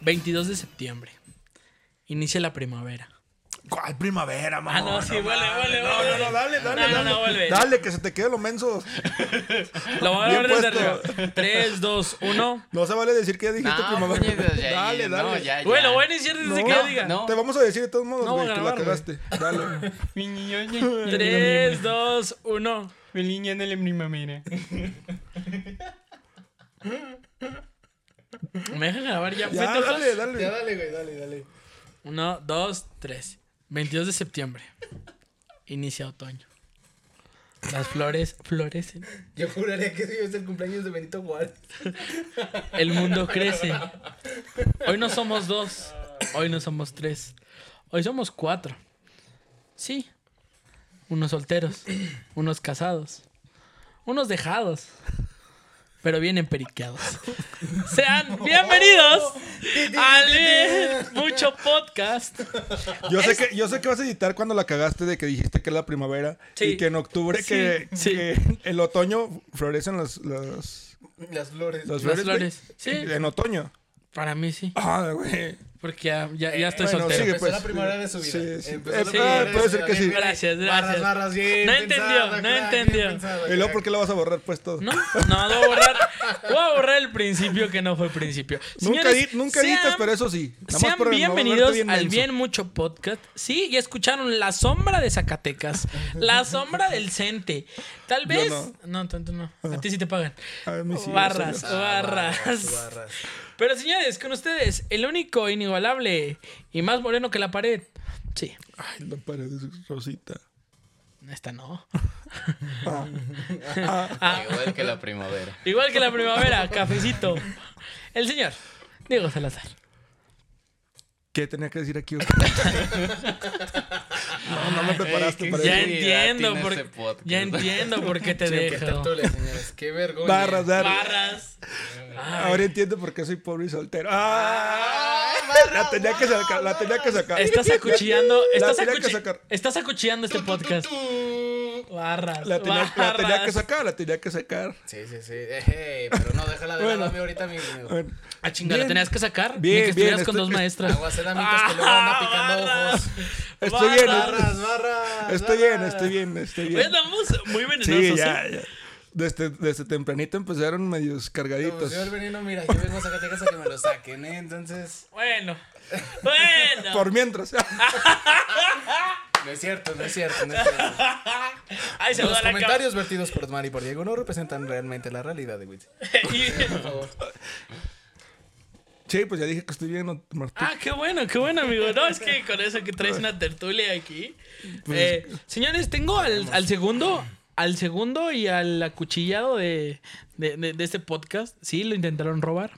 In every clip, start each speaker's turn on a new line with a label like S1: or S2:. S1: 22 de septiembre. Inicia la primavera.
S2: ¿Cuál primavera, mamá?
S1: Ah, no, sí, vuelve,
S2: mames.
S1: vuelve,
S2: No,
S1: vuelve.
S2: no, no, dale, dale.
S1: No, no,
S2: dale,
S1: no, vuelve.
S2: Dale, que se te quede lo menso.
S1: Lo voy a
S2: Bien
S1: ver desde
S2: puesto.
S1: arriba. 3, 2, 1.
S2: No se vale decir que ya dijiste
S3: No,
S2: primavera.
S4: pues,
S3: puñetas, Ah, ya,
S2: dale,
S3: no,
S2: dale.
S3: ya, ya.
S1: Güey, lo voy a iniciar desde
S2: No,
S1: que yo diga.
S3: no.
S2: Te vamos a decir de todos modos,
S1: No,
S2: güey,
S1: voy a
S2: que la
S1: grabar,
S2: cagaste. Dale.
S3: Mi niño, ya, ya,
S1: 3, 2, 1.
S3: mi niña en la primavera.
S1: ¿Me dejan grabar ya?
S2: Ya, dale, dale.
S4: Ya dale, güey, dale, dale.
S1: 1, 2, 3. 22 de septiembre. Inicia otoño. Las flores florecen.
S4: Yo juraría que sí es el cumpleaños de Benito Juárez.
S1: El mundo crece. Hoy no somos dos. Hoy no somos tres. Hoy somos cuatro. Sí. Unos solteros. Unos casados. Unos dejados. Pero bien emperiqueados. Sean bienvenidos al Mucho Podcast.
S2: Yo sé, que, yo sé que vas a editar cuando la cagaste de que dijiste que es la primavera
S1: Sí.
S2: y que en octubre,
S1: Sí,
S2: que,
S1: sí.
S2: que el otoño florecen las, las,
S4: Las flores.
S2: las
S1: Las
S2: flores. güey.
S1: flores. Sí,
S2: En otoño.
S1: para mí sí.
S2: Ah, güey.
S1: Porque ya, ya- ya estoy
S2: Bueno,
S1: soltero.
S2: sigue,
S4: Empezó
S2: pues.
S4: la primavera de su vida.
S2: Sí, sí.
S4: Empezó la
S2: Eh,
S4: primavera de
S1: puede
S4: su
S2: ser
S4: vida.
S2: que sí.
S4: Bien,
S1: Gracias,
S4: barras,
S1: gracias.
S4: barras, bien
S1: No
S4: pensada,
S1: entendió, no
S4: crack, bien
S1: entendió.
S4: pensada,
S2: Y luego,
S4: crack.
S2: ¿por qué la vas a borrar, pues todo?
S1: No, no, voy a borrar. Voy a borrar el principio que no fue principio.
S2: Nunca,
S1: Señores,
S2: edit- nunca editas,
S1: sean-
S2: pero eso sí. Nada más
S1: Sean
S2: para no
S1: bienvenidos
S2: volverte bien
S1: al
S2: menso.
S1: Bien Mucho Podcast. Sí, ya escucharon La Sombra de Zacatecas, La Sombra del Cente. Tal
S2: Yo
S1: vez.
S2: no. Ah.
S1: No, tanto no. A ti sí te pagan.
S2: A mí sí,
S1: barras,
S2: eso
S1: barras.
S4: barras.
S1: Pero señores, con ustedes, el único inigualable y más moreno que la pared. Sí,
S2: Ay, la pared es rosita.
S1: esta no.
S3: Igual que la primavera.
S1: Igual que la primavera, cafecito. El señor, Diego Salazar.
S2: ¿Qué tenía que decir aquí? no, no me preparaste
S3: Ey,
S2: para
S3: Pero
S1: Ya
S3: es
S2: eso.
S3: que
S1: entiendo,
S3: tiene
S1: por,
S3: ese podcast.
S1: ya entiendo por qué te
S4: Sí, qué
S1: dejo.
S4: tertulia, señores. Qué vergüenza.
S2: Barras, barras.
S1: Barras.
S2: Ahora entiendo por qué soy pobre y soltero. ¡Ah! la tenía que sacar, la tenía que sacar.
S1: Estás acuchillando.
S2: La
S1: Estás,
S2: tenía que
S1: acuchi-
S2: sacar.
S1: estás acuchillando este podcast. Barras.
S2: La tenía, la
S1: barras.
S2: tenía que sacar, la tenía que sacar.
S4: Sí, sí, sí. Eh, pero no, déjala de
S2: Bueno.
S4: bueno. lado a mí ahorita, mi amigo.
S2: Bueno,
S1: Ah, chinga, la
S2: Bien.
S1: tenías que sacar.
S2: Bien,
S1: Bien, que estuvieras
S2: bien,
S1: con
S2: estoy-
S1: dos maestras.
S4: Aguacelamitos que luego anda picando
S1: Ah,
S4: ojos.
S2: estoy bien,
S4: Barras, barras.
S2: estoy bien, estoy bien, estoy
S1: Hoy
S2: bien.
S1: andamos muy venenosos.
S2: Sí,
S1: ¿eh?
S2: ya, ya. Desde, desde tempranito empezaron medios
S4: Como
S2: cargaditos.
S4: si yo el veneno, mira, yo vengo a Zacatecas a que me lo saquen, ¿eh? Entonces,
S1: Bueno. Bueno.
S2: Por mientras.
S4: no es cierto, no es cierto, no es cierto.
S1: Ahí se
S4: Los
S1: va la cámara.
S4: comentarios vertidos por Mari y por Diego no representan realmente la realidad de Witz.
S2: Sí, pues ya dije que estoy bien, Martín.
S1: Ah, qué bueno, qué bueno, amigo. No, es que con eso que traes una tertulia aquí. Eh, señores, tengo al, al segundo, al segundo y al acuchillado de, de- de- de este podcast. Sí, lo intentaron robar.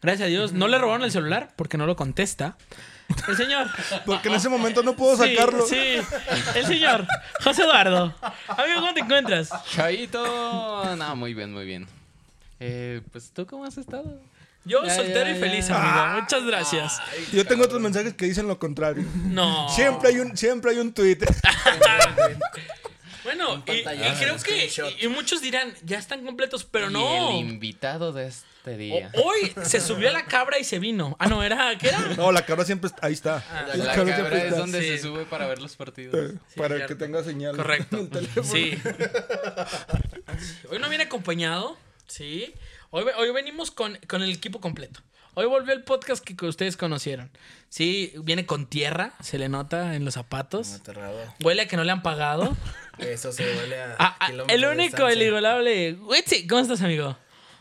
S1: Gracias a Dios. No le robaron el celular porque no lo contesta. El señor.
S2: Porque en ese momento no puedo sacarlo.
S1: Sí, sí. El señor. José Eduardo. Amigo, ¿cómo te encuentras?
S3: Chaito. No, muy bien, muy bien. Eh, pues tú, ¿cómo has estado?
S1: Yo
S3: Ya,
S1: soltero
S3: ya,
S1: y
S3: ya.
S1: feliz, amigo. Muchas gracias.
S2: Yo tengo otros mensajes que dicen lo contrario.
S1: No.
S2: Siempre hay un, siempre hay un tweet.
S1: Bueno, y, y
S4: pantallazo,
S1: creo
S4: un
S1: que
S4: screenshot.
S1: y, y muchos dirán, ya están completos, pero
S3: Y
S1: no.
S3: el invitado de este día.
S2: Oh,
S1: O- Hoy se subió a la cabra y se vino. Ah, no, era, ¿qué era?
S2: No, la cabra siempre está. Ahí está.
S3: Ah, La, cabra es donde
S1: Sí.
S3: se sube para ver los partidos.
S2: Eh, para que
S1: cierto.
S2: tenga señal.
S1: Correcto.
S2: en el teléfono.
S1: Sí. Hoy no viene acompañado, sí. Hoy, ve- hoy venimos con, con el equipo completo. Hoy volvió el podcast que, que ustedes conocieron. Sí, viene con tierra, se le nota en los zapatos.
S4: Aterrado.
S1: Huele a que no le han pagado.
S4: Eso se huele a.
S1: Ah, ah,
S4: kilómetros
S1: el
S4: de
S1: único, el
S4: distancia.
S1: igualable. Witsi, ¿cómo estás, amigo?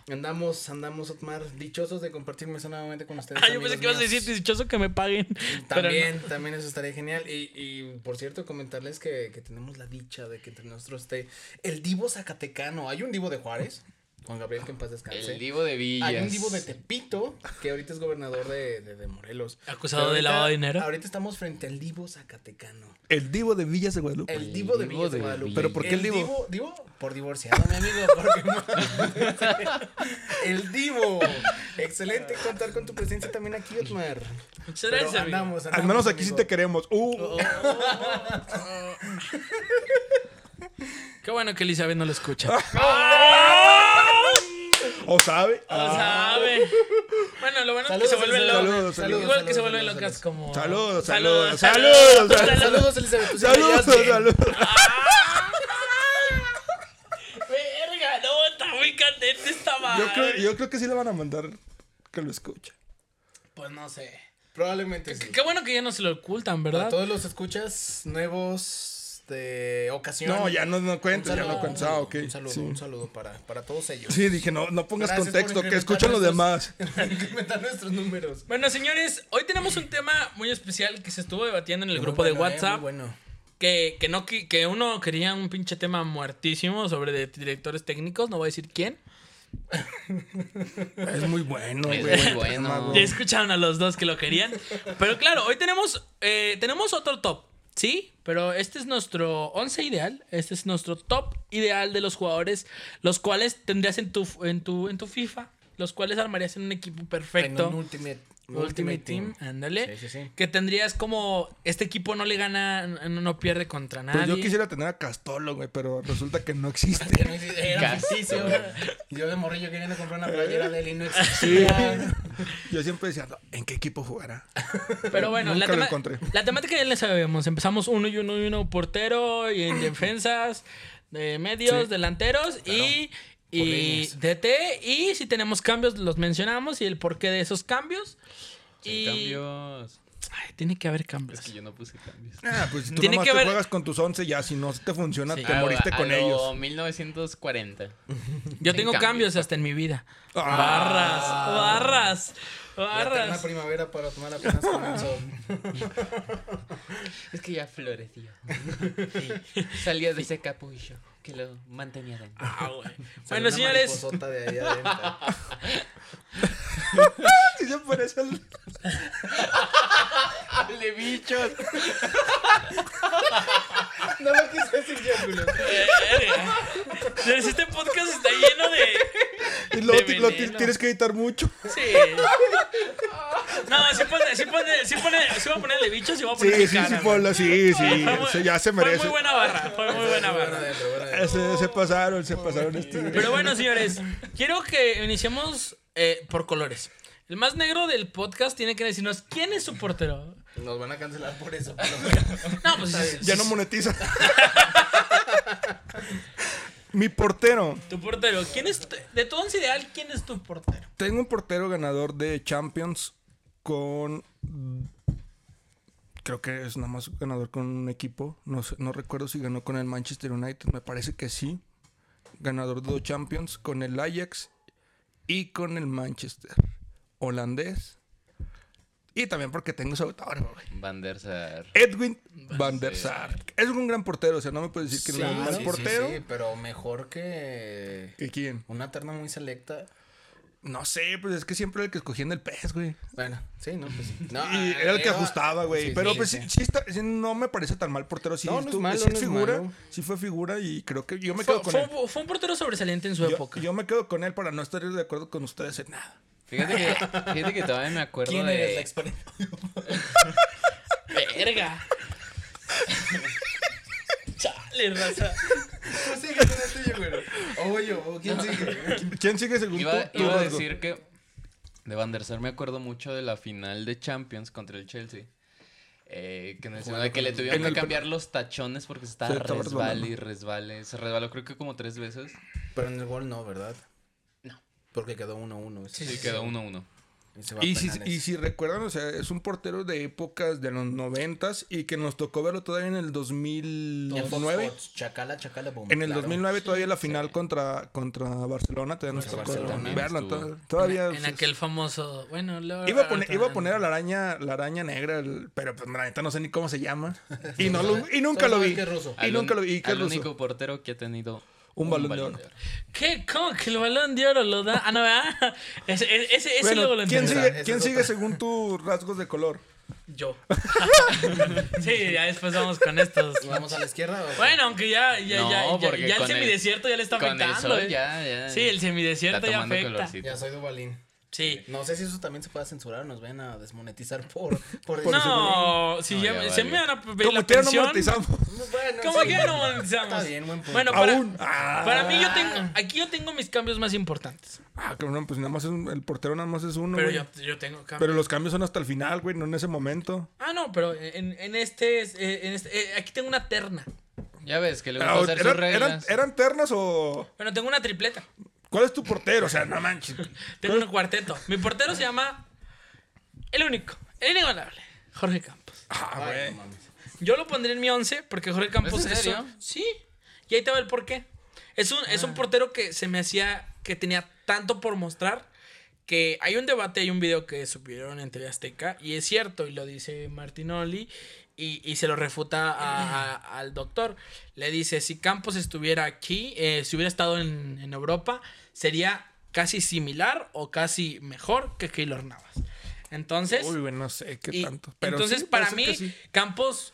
S4: Andamos, andamos, Otmar, dichosos de compartirme eso nuevamente con ustedes.
S1: Ah, yo
S4: amigos
S1: pensé que ibas a
S4: míos.
S1: decir dichoso que me paguen. pero no.
S4: También, también eso estaría genial. Y, y, por cierto, comentarles que, que tenemos la dicha de que entre nosotros esté el divo zacatecano. Hay un divo de Juárez, Juan Gabriel, que en paz descanse.
S3: El Divo de Villas.
S4: Hay un divo de Tepito, que ahorita es gobernador de, de- de Morelos.
S1: Acusado
S4: Pero
S1: de
S4: ahorita-
S1: lavado de dinero.
S4: Ahorita estamos frente al divo zacatecano.
S2: El divo de Villas de Guadalupe.
S4: El divo de
S3: divo
S4: Villas de
S3: de
S4: Guadalupe.
S3: Pero
S2: ¿por qué el divo?
S4: divo? por divorciado, mi amigo. porque- el divo. Excelente contar con tu presencia también aquí, Otmar.
S1: Muchas
S4: Pero
S1: gracias, amigo.
S4: andamos,
S2: Al menos
S4: andamos,
S2: aquí sí
S4: amigo.
S2: te queremos. Uh,
S1: Qué bueno que Elizabeth no lo escucha.
S2: ¿O sabe?
S1: Ah,
S2: Ah,
S1: No sabe. Bueno, bueno, lo bueno es que
S4: Saludos,
S1: se vuelven
S4: Elizabeth.
S1: locas.
S2: Saludos, saludos,
S1: Igual que se
S4: saludos,
S1: vuelven
S4: saludos,
S1: locas como.
S2: Saludos, saludos, saludos,
S1: saludos.
S4: Saludos, Elizabeth. tú sí
S2: Saludos,
S4: fallaste.
S2: saludos.
S1: Verga, no, está muy candente esta madre.
S2: Yo creo, yo creo que sí le van a mandar que lo escuche.
S1: Pues no sé.
S4: Probablemente sí.
S1: Qué bueno que ya no se lo ocultan,
S4: A
S1: ¿verdad?
S4: todos los escuchas nuevos de ocasión.
S2: No, ya no, no
S4: Un
S2: cuentes, ya
S4: saludo,
S2: no cuentes. Ah, ok.
S4: Un saludo,
S2: sí.
S4: un saludo para, para todos ellos.
S2: Sí, dije, no, no pongas
S4: Gracias por
S2: contexto, que
S4: incrementar
S2: escuchen los demás.
S4: nuestros- incrementar nuestros números.
S1: Bueno, señores, hoy tenemos un tema muy especial que se estuvo debatiendo en el
S4: Muy
S1: grupo de
S4: bueno, eh, muy
S1: WhatsApp.
S4: bueno.
S1: que, que no qui- que uno quería un pinche tema muertísimo sobre de directores técnicos, no voy a decir quién.
S2: Es muy bueno,
S3: Es
S2: güey.
S3: muy bueno.
S2: Tema, güey.
S1: Ya escucharon a los dos que lo querían. Pero claro, hoy tenemos eh, tenemos otro top, ¿sí? Pero este es nuestro 11 ideal, este es nuestro top ideal de los jugadores los cuales tendrías en tu en tu en tu FIFA, los cuales armarías en un equipo perfecto.
S4: En un Ultimate,
S1: Ultimate, Team, ándale.
S4: Sí, sí, sí.
S1: Que tendrías como este equipo no le gana, no, no pierde contra nadie.
S2: Pues yo quisiera tener a Castolo, güey, pero resulta que no existe.
S4: Era
S3: Casi,
S4: ficticio. Yo de morrillo queriendo comprar una playera de él y no
S2: Sí.
S4: existía.
S2: Yo siempre decía, no, ¿en qué equipo jugará?
S1: Pero bueno,
S2: Eh, Nunca
S1: la,
S2: lo
S1: tema-
S2: encontré.
S1: la temática ya la sabemos. Empezamos uno y uno y uno portero y en defensas, de medios, delanteros y, y
S4: Por líneas.
S1: DT. Y si tenemos cambios, los mencionamos y el porqué de esos cambios. y...
S3: Cambios.
S1: Ay, tiene que haber cambios.
S3: Es que yo no puse cambios.
S2: Ah, pues si tú
S1: Tiene
S2: nomás
S1: que
S2: te
S1: ver-
S2: juegas con tus 11 ya, si no te funciona,
S1: Sí. Ah,
S2: te
S3: A-
S2: moriste
S3: a
S2: con
S3: lo
S2: ellos.
S3: 1940.
S1: Yo
S3: Sin
S1: tengo
S3: cambios.
S1: cambios hasta en mi vida.
S2: Ah,
S1: Barras, barras,
S4: Una
S1: barras.
S4: primavera para tomar apenas comenzó.
S3: Es que ya florecía. Salía de ese capullo que lo mantenía dentro.
S1: Ah, güey.
S4: Salió
S1: Bueno,
S4: una
S1: señores,
S4: mariposota de ahí adentro.
S2: sí se parece al-
S3: ¡Hable bichos!
S4: No lo quise decir yo, Julio.
S1: señores, eh, este podcast está lleno de,
S2: Y luego
S1: De
S2: ti- lo ti-
S1: veneno.
S2: tienes que editar mucho.
S1: Sí. No, sí pone, sí pone, sí pone, sí voy a ponerle bichos y voy a
S2: Sí,
S1: poner
S2: sí,
S1: mi
S2: sí,
S1: cara, güey.
S2: Pablo, sí, sí.
S1: Fue muy-
S2: se- ya se
S1: Fue muy
S2: merece.
S1: buena barra, fue muy buena
S4: Bueno,
S1: barra.
S4: adentro, bueno, adentro.
S2: Ese- se pasaron, se pasaron este.
S1: Pero bueno, señores, quiero que iniciemos eh, por colores. El más negro del podcast tiene que decirnos quién es su portero.
S4: Nos van a cancelar por eso. pero-
S1: No, pues
S4: Está bien.
S2: Ya no monetiza. Mi portero.
S1: tu portero. ¿Quién es tu- de tu once ideal? ¿Quién es tu portero?
S2: Tengo un portero ganador de Champions con. Creo que es nada más ganador con un equipo. No, sé- no recuerdo si ganó con el Manchester United. Me parece que sí. Ganador de dos Champions con el Ajax y con el Manchester. Holandés. Y también porque tengo su autógrafo, güey.
S3: Van der Sar.
S2: Edwin Van der Sar. Es un gran portero, o sea, no me puedes decir que no es un gran
S4: sí,
S2: portero.
S4: sí, pero mejor que
S2: ¿Que quién?
S4: una terna muy selecta.
S2: No sé, pues es que siempre era el que escogían el pez, güey.
S4: Bueno, sí, no, pues sí. No,
S2: y era el que
S4: era-
S2: ajustaba, güey.
S4: sí,
S2: pero
S4: sí,
S2: pues
S4: sí.
S2: sí, sí está- sí, no me parece tan mal portero. Sí,
S4: No, no es
S2: estuvo-
S4: malo,
S2: sí
S4: no es
S2: figura,
S4: malo.
S2: sí fue figura y creo que yo me
S1: Fue,
S2: quedo con
S1: fue
S2: él.
S1: un, fue un portero sobresaliente en su
S2: Yo,
S1: época.
S2: yo me quedo con él para no estar de acuerdo con ustedes en nada.
S3: Fíjate que, fíjate que todavía me acuerdo
S4: ¿Quién
S3: de.
S4: eres la experiencia?
S1: Verga. Chale, raza.
S4: Tú sigue con el tuyo, güey. O yo, o quién sigue.
S2: ¿Quién sigue según
S3: Iba,
S2: tú? tú,
S3: iba a
S2: Rodrigo?
S3: decir que de Van der Sar me acuerdo mucho de la final de Champions contra el Chelsea. Eh, que en el segundo que le tuvieron
S2: en
S3: que
S2: el-
S3: cambiar los tachones porque se estaba
S2: Se estaba
S3: resbale y
S2: resbalando.
S3: resbale. Se resbaló creo que como tres veces.
S4: Pero en el gol no, ¿verdad? No. Porque quedó 1-1. ese-
S3: Y quedó 1-1. Uno, uno.
S4: Y se va a
S2: Y si,
S4: penales.
S2: y si recuerdan, o sea, es un portero de épocas de los noventas y que nos tocó verlo todavía en el
S4: En Fox
S2: 2009.
S4: Sports, Chacala, chacala, boom.
S2: En el
S4: claro.
S2: 2009 todavía la final contra, contra Barcelona, todavía nos
S4: Contra
S2: tocó
S4: Barcelona.
S2: verla.
S3: Estuvo.
S2: to- Todavía
S1: En aquel famoso. Bueno, luego-
S2: pues, Iba a, poner, iba a poner a la araña, la araña negra, el- pero pues la neta no sé ni cómo se llama. Y, no lo- y nunca
S4: Solo
S2: lo
S4: saben
S2: vi.
S4: que es ruso.
S2: Y
S3: Al
S2: nunca
S3: un-
S2: lo vi. ¿Y qué
S3: al
S2: ruso?
S3: único portero que ha tenido
S2: Un balón de oro.
S1: ¿Qué? ¿Cómo que el balón de oro lo da? Ah, no, ¿verdad? Ese, ese, ese
S2: Bueno,
S1: luego lo
S2: ¿Quién
S1: entiendo.
S2: sigue,
S4: Esa es
S2: ¿quién
S4: otra.
S2: sigue según tus rasgos de color?
S1: Yo. sí, ya después vamos con estos.
S4: ¿Vamos a la izquierda? o qué?
S1: Bueno, aunque ya, ya,
S3: No,
S1: ya, ya,
S3: porque
S1: ya el
S3: con el-
S1: semidesierto ya le está
S3: Con el
S1: afectando.
S3: sol,
S1: ¿eh?
S3: ya, ya.
S1: Sí, el semidesierto
S3: Está
S1: ya
S3: tomando
S1: afecta.
S3: colorcito.
S4: Ya soy Dubalín.
S1: Sí.
S4: No sé si eso también se pueda censurar, nos van a desmonetizar por... por decir-
S1: No, si
S3: No,
S1: ya,
S3: ya
S1: me-
S3: valió.
S1: se me van a pedir
S2: Como
S1: la
S2: quiera no
S1: pensión.
S2: monetizamos.
S4: Bueno,
S1: ¿Cómo
S4: sí. Ah,
S1: que no monetizamos?
S4: Está bien, buen punto.
S1: Bueno, para,
S2: Aún. Ah,
S1: para mí yo tengo, aquí yo tengo mis cambios más importantes.
S2: Ah, cabrón, pues nada más es un- el portero nada más es uno.
S1: Pero
S2: güey.
S1: yo, yo tengo cambios.
S2: Pero los cambios son hasta el final, güey, no en ese momento.
S1: Ah, no, pero en, en este, es- eh, en este eh, aquí tengo una terna.
S3: Ya ves, que le gusta
S2: Ah,
S3: pues hacer sus
S2: ¿eran, eran,
S3: reglas.
S2: eran ternas o.?
S1: Bueno, tengo una tripleta.
S2: ¿Cuál es tu portero? O sea, no manches.
S1: Tengo un cuarteto. Mi portero se llama el único, el inigualable, Jorge Campos.
S2: Ah,
S4: Ay,
S2: güey.
S4: no mames.
S1: Yo lo pondré en mi once porque Jorge Campos
S3: en
S1: es,
S3: serio?
S1: un- sí. Y ahí te va el porqué. Es un es un portero que se me hacía que tenía tanto por mostrar que hay un debate, hay un video que subieron en TV Azteca y es cierto y lo dice Martinoli y, y se lo refuta a- a- al doctor. Le dice, si Campos estuviera aquí, eh, si hubiera estado en, en Europa, sería casi similar o casi mejor que Keylor Navas. Entonces,
S2: Uy, güey, no sé qué
S1: y
S2: tanto. Pero
S1: entonces,
S2: sí,
S1: para
S2: parece
S1: mí,
S2: que sí.
S1: Campos